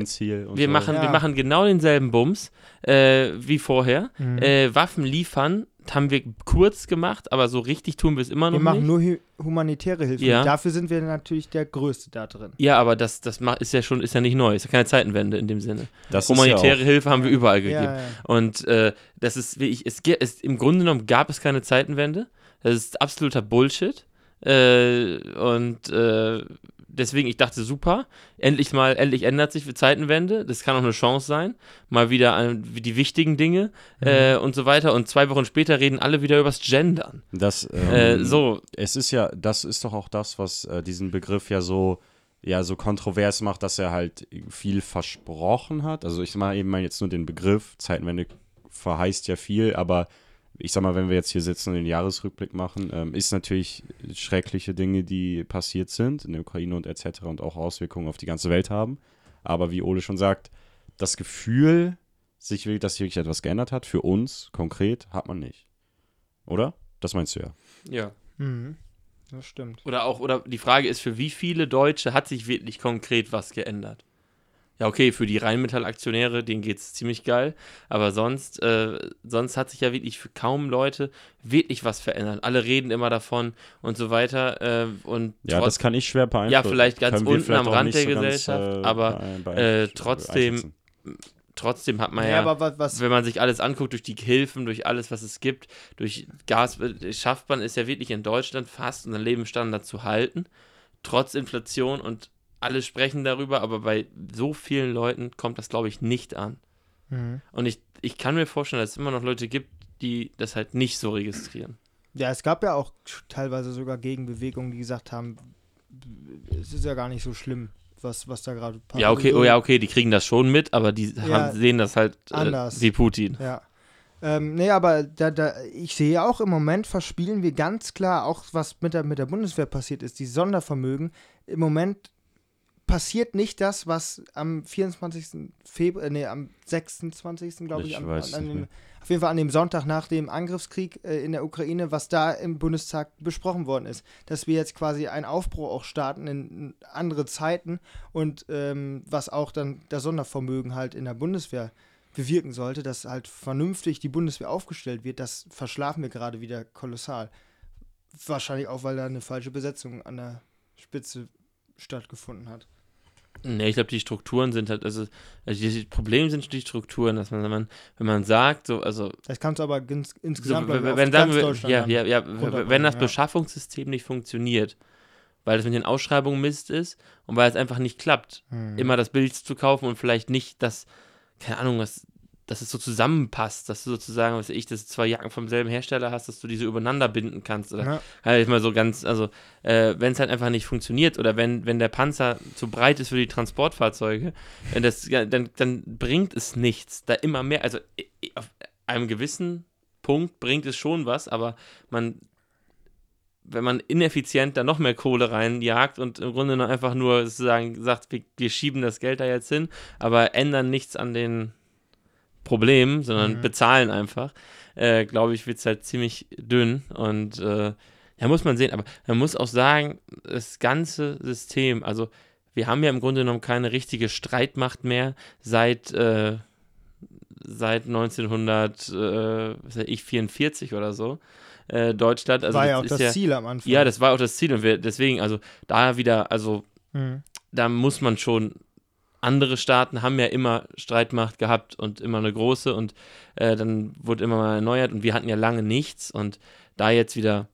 S2: 2% Ziel und
S3: äh, Wir,
S2: so.
S3: machen, wir
S1: Ja.
S3: machen genau denselben Bums äh, wie vorher.
S1: Mhm.
S3: Äh, Waffen liefern haben wir kurz gemacht, aber so richtig tun wir es immer noch
S1: wir machen
S3: nicht.
S1: nur hu- humanitäre Hilfe.
S3: Ja.
S1: Dafür sind wir natürlich der Größte da drin.
S3: ja, aber das, das ma- ist ja schon ist ja nicht neu. Ist ja keine Zeitenwende in dem Sinne.
S2: Das ist ja
S3: Humanitäre Hilfe haben wir überall
S1: Ja,
S3: gegeben.
S1: ja.
S3: Und äh, das ist wirklich, es, ge- es, im Grunde genommen gab es keine Zeitenwende. Das ist absoluter Bullshit. Äh, und äh, deswegen, ich dachte, super, endlich mal, endlich ändert sich für Zeitenwende. Das kann auch eine Chance sein. Mal wieder an, die wichtigen Dinge
S2: Mhm.
S3: äh, und so weiter. Und zwei Wochen später reden alle wieder übers Gendern.
S2: Das, ähm,
S3: Äh, so,
S2: Es ist ja, das ist doch auch das, was äh, diesen Begriff ja so, ja, so kontrovers macht, dass er halt viel versprochen hat. Also ich mal eben mal jetzt nur den Begriff, Zeitenwende verheißt ja viel, aber ich sag mal, wenn wir jetzt hier sitzen und den Jahresrückblick machen, ähm, ist natürlich schreckliche Dinge, die passiert sind in der Ukraine und etc. und auch Auswirkungen auf die ganze Welt haben. Aber wie Ole schon sagt, das Gefühl, sich wirklich, dass sich wirklich etwas geändert hat, für uns konkret, hat man nicht. Oder? Das meinst du ja.
S3: ja.
S1: Mhm. Das stimmt.
S3: Oder auch, oder die Frage ist, für wie viele Deutsche hat sich wirklich konkret was geändert? Ja, okay, für die Rheinmetall-Aktionäre, denen geht es ziemlich geil, aber sonst, äh, sonst hat sich ja wirklich für kaum Leute wirklich was verändert. Alle reden immer davon und so weiter. Äh, und
S2: Ja,
S3: trotz-
S2: das kann ich schwer beeinflussen.
S3: Ja, vielleicht ganz
S2: Können wir
S3: unten
S2: vielleicht
S3: am
S2: auch
S3: Rand
S2: nicht
S3: der
S2: so ganz,
S3: Gesellschaft,
S2: äh,
S3: aber,
S2: beeinflussen-
S3: äh, trotzdem-
S2: einschätzen.
S3: trotzdem hat man
S1: Naja,
S3: ja,
S1: aber wa- was,
S3: wenn man sich alles anguckt, durch die Hilfen, durch alles, was es gibt, durch Gas, äh, schafft man es ja wirklich in Deutschland fast unseren Lebensstandard zu halten, trotz Inflation und alle sprechen darüber, aber bei so vielen Leuten kommt das, glaube ich, nicht an.
S1: Mhm.
S3: Und ich, ich kann mir vorstellen, dass es immer noch Leute gibt, die das halt nicht so registrieren.
S1: Ja, es gab ja auch teilweise sogar Gegenbewegungen, die gesagt haben, es ist ja gar nicht so schlimm, was, was da gerade passiert.
S3: Ja, okay, oh ja, okay, die kriegen das schon mit, aber die
S1: also Ja,
S3: haben, sehen das halt äh,
S1: anders.
S3: wie Putin.
S1: Ja. Ähm, nee, aber da, da, ich sehe auch im Moment verspielen wir ganz klar auch, was mit der, mit der Bundeswehr passiert ist, die Sondervermögen. Im Moment passiert nicht das, was am 24. Februar, nee, am 26. glaube ich,
S2: Ich
S1: am,
S2: weiß
S1: an
S2: nicht
S1: dem,
S2: mehr.
S1: auf jeden Fall an dem Sonntag nach dem Angriffskrieg äh, in der Ukraine, was da im Bundestag besprochen worden ist. Dass wir jetzt quasi einen Aufbruch auch starten in andere Zeiten und ähm, was auch dann das Sondervermögen halt in der Bundeswehr bewirken sollte, dass halt vernünftig die Bundeswehr aufgestellt wird, das verschlafen wir gerade wieder kolossal. Wahrscheinlich auch, weil da eine falsche Besetzung an der Spitze stattgefunden hat.
S3: Nee, ich glaube, die Strukturen sind halt, also, also die- die Probleme sind die Strukturen, dass man, wenn man, wenn man sagt, so, also
S1: Das kannst du aber ins,
S3: So,
S1: insgesamt glaub ich,
S3: wenn-
S1: auf
S3: wenn, sagen
S1: ganz
S3: wir,
S1: Deutschland
S3: ja,
S1: haben.
S3: ja, ja,
S1: runterbringen,
S3: wenn das
S1: ja.
S3: Beschaffungssystem nicht funktioniert, weil das mit den Ausschreibungen Mist ist und weil es einfach nicht klappt,
S1: Hm.
S3: immer das Billigste zu kaufen und vielleicht nicht das, keine Ahnung, was, dass es so zusammenpasst, dass du sozusagen, was weiß ich, dass du zwei Jacken vom selben Hersteller hast, dass du diese übereinander binden kannst oder
S1: Ja.
S3: halt mal so ganz, also äh, wenn es halt einfach nicht funktioniert oder wenn, wenn der Panzer zu breit ist für die Transportfahrzeuge, wenn das, ja, dann, dann bringt es nichts, da immer mehr, also äh, auf einem gewissen Punkt bringt es schon was, aber man, wenn man ineffizient da noch mehr Kohle reinjagt und im Grunde nur einfach nur sozusagen sagt, wir, wir schieben das Geld da jetzt hin, aber ändern nichts an den Problemen, sondern
S1: Mhm.
S3: bezahlen einfach, äh, glaube ich, wird es halt ziemlich dünn und äh, ja, muss man sehen, aber man muss auch sagen, das ganze System, also wir haben ja im Grunde genommen keine richtige Streitmacht mehr seit, äh, seit äh, 1944 oder so. Äh, Deutschland, also
S1: War ja
S3: das
S1: auch
S3: ist
S1: das
S3: ja,
S1: Ziel am Anfang.
S3: ja, das war auch das Ziel und wir, deswegen, also da wieder, also
S1: Mhm.
S3: da muss man schon, andere Staaten haben ja immer Streitmacht gehabt und immer eine große und äh, dann wurde immer mal erneuert und wir hatten ja lange nichts und da jetzt wieder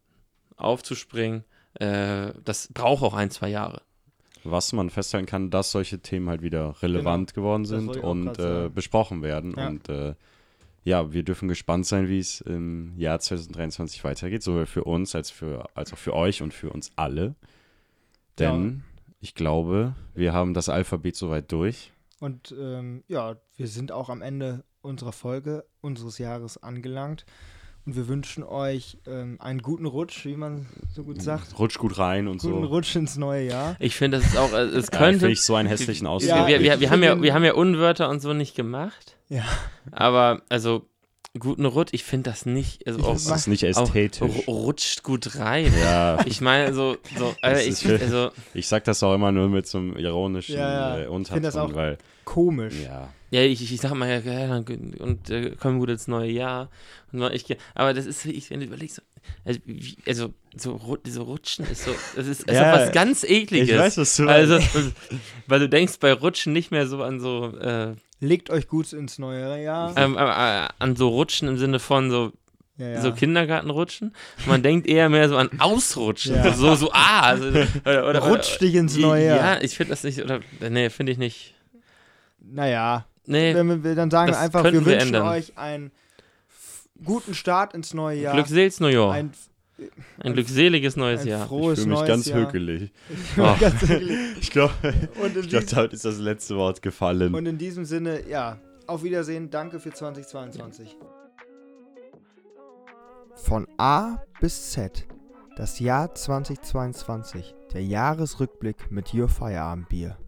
S3: aufzuspringen, äh, das braucht auch ein, zwei Jahre.
S2: Was man feststellen kann, dass solche Themen halt wieder relevant geworden sind
S1: Genau. wollte ich auch
S2: und
S1: grad
S2: äh,
S1: sagen.
S2: besprochen werden.
S1: Ja.
S2: Und äh, ja, wir dürfen gespannt sein, wie es im Jahr 2023 weitergeht, sowohl für uns als, für, als auch für euch und für uns alle. Denn ich glaube, wir haben das Alphabet soweit durch.
S1: Und ähm, ja, wir sind auch am Ende unserer Folge, unseres Jahres angelangt. Und wir wünschen euch ähm, einen guten Rutsch, wie man so
S3: Mhm.
S1: gut sagt.
S2: Rutsch gut rein und
S1: Guten
S2: so.
S1: Rutsch ins neue Jahr.
S3: Ich finde, das ist auch, äh, es
S2: Ja,
S3: könnte.
S2: finde ich so einen hässlichen Ausdruck.
S1: Ja,
S3: wir, wir,
S1: ich
S3: wir, haben ja,
S1: finde-
S3: wir haben ja Unwörter und so nicht gemacht,
S1: Ja.
S3: aber also guten Rutsch. Ich finde das nicht. Also auch,
S2: Das ist nicht
S3: auch
S2: ästhetisch.
S3: ru- rutscht gut rein.
S2: Ja,
S3: Ich meine, so, so Alter,
S2: ist
S3: ich,
S2: schön.
S3: also,
S2: ich sag das auch immer nur mit so einem ironischen
S1: Ja, ja.
S2: äh,
S1: Ich find das
S2: Unterton,
S1: auch-
S2: weil
S1: Komisch.
S2: ja,
S3: ja, ich, ich- ich sag mal, ja, ja, dann- und äh, kommen gut ins neue Jahr. Und so, ich, aber das ist, ich, wenn du überlegst, so, also, wie, also so, ru- so rutschen ist so, das ist, das ist
S2: Ja,
S3: was ganz ekliges.
S2: was du
S3: also, weil du denkst bei Rutschen nicht mehr so an so, äh,
S1: Legt euch gut ins neue Jahr.
S3: ähm, äh, an so Rutschen im Sinne von so
S1: Ja, ja.
S3: so Kindergartenrutschen. Man denkt eher mehr so an Ausrutschen.
S1: Ja.
S3: So, so, ah. Also, oder, oder,
S1: Rutsch dich ins
S3: oder,
S1: neue Jahr.
S3: Ja, ich finde das nicht, oder, nee, finde ich nicht.
S1: Naja,
S3: Nee,
S1: wenn wir- wir dann sagen wir
S3: das
S1: einfach, wir
S3: könnten wir
S1: wünschen
S3: ändern.
S1: euch einen f- guten Start ins neue Jahr.
S3: Glückseliges New Jahr. Ein,
S1: ein
S3: glückseliges neues
S1: ein
S3: Jahr.
S2: ich
S1: frohes
S2: fühle mich
S1: neues
S2: ganz
S1: Jahr.
S2: hügelig.
S3: Oh.
S1: Ganz hügelig.
S2: Ich glaube,
S1: Und, in
S2: ich glaub,
S1: diesem,
S2: damit ist das letzte Wort gefallen.
S1: und in diesem Sinne, ja, auf Wiedersehen, danke für 2022. Von A bis Z, das Jahr 2022, der Jahresrückblick mit Your Feierabendbier.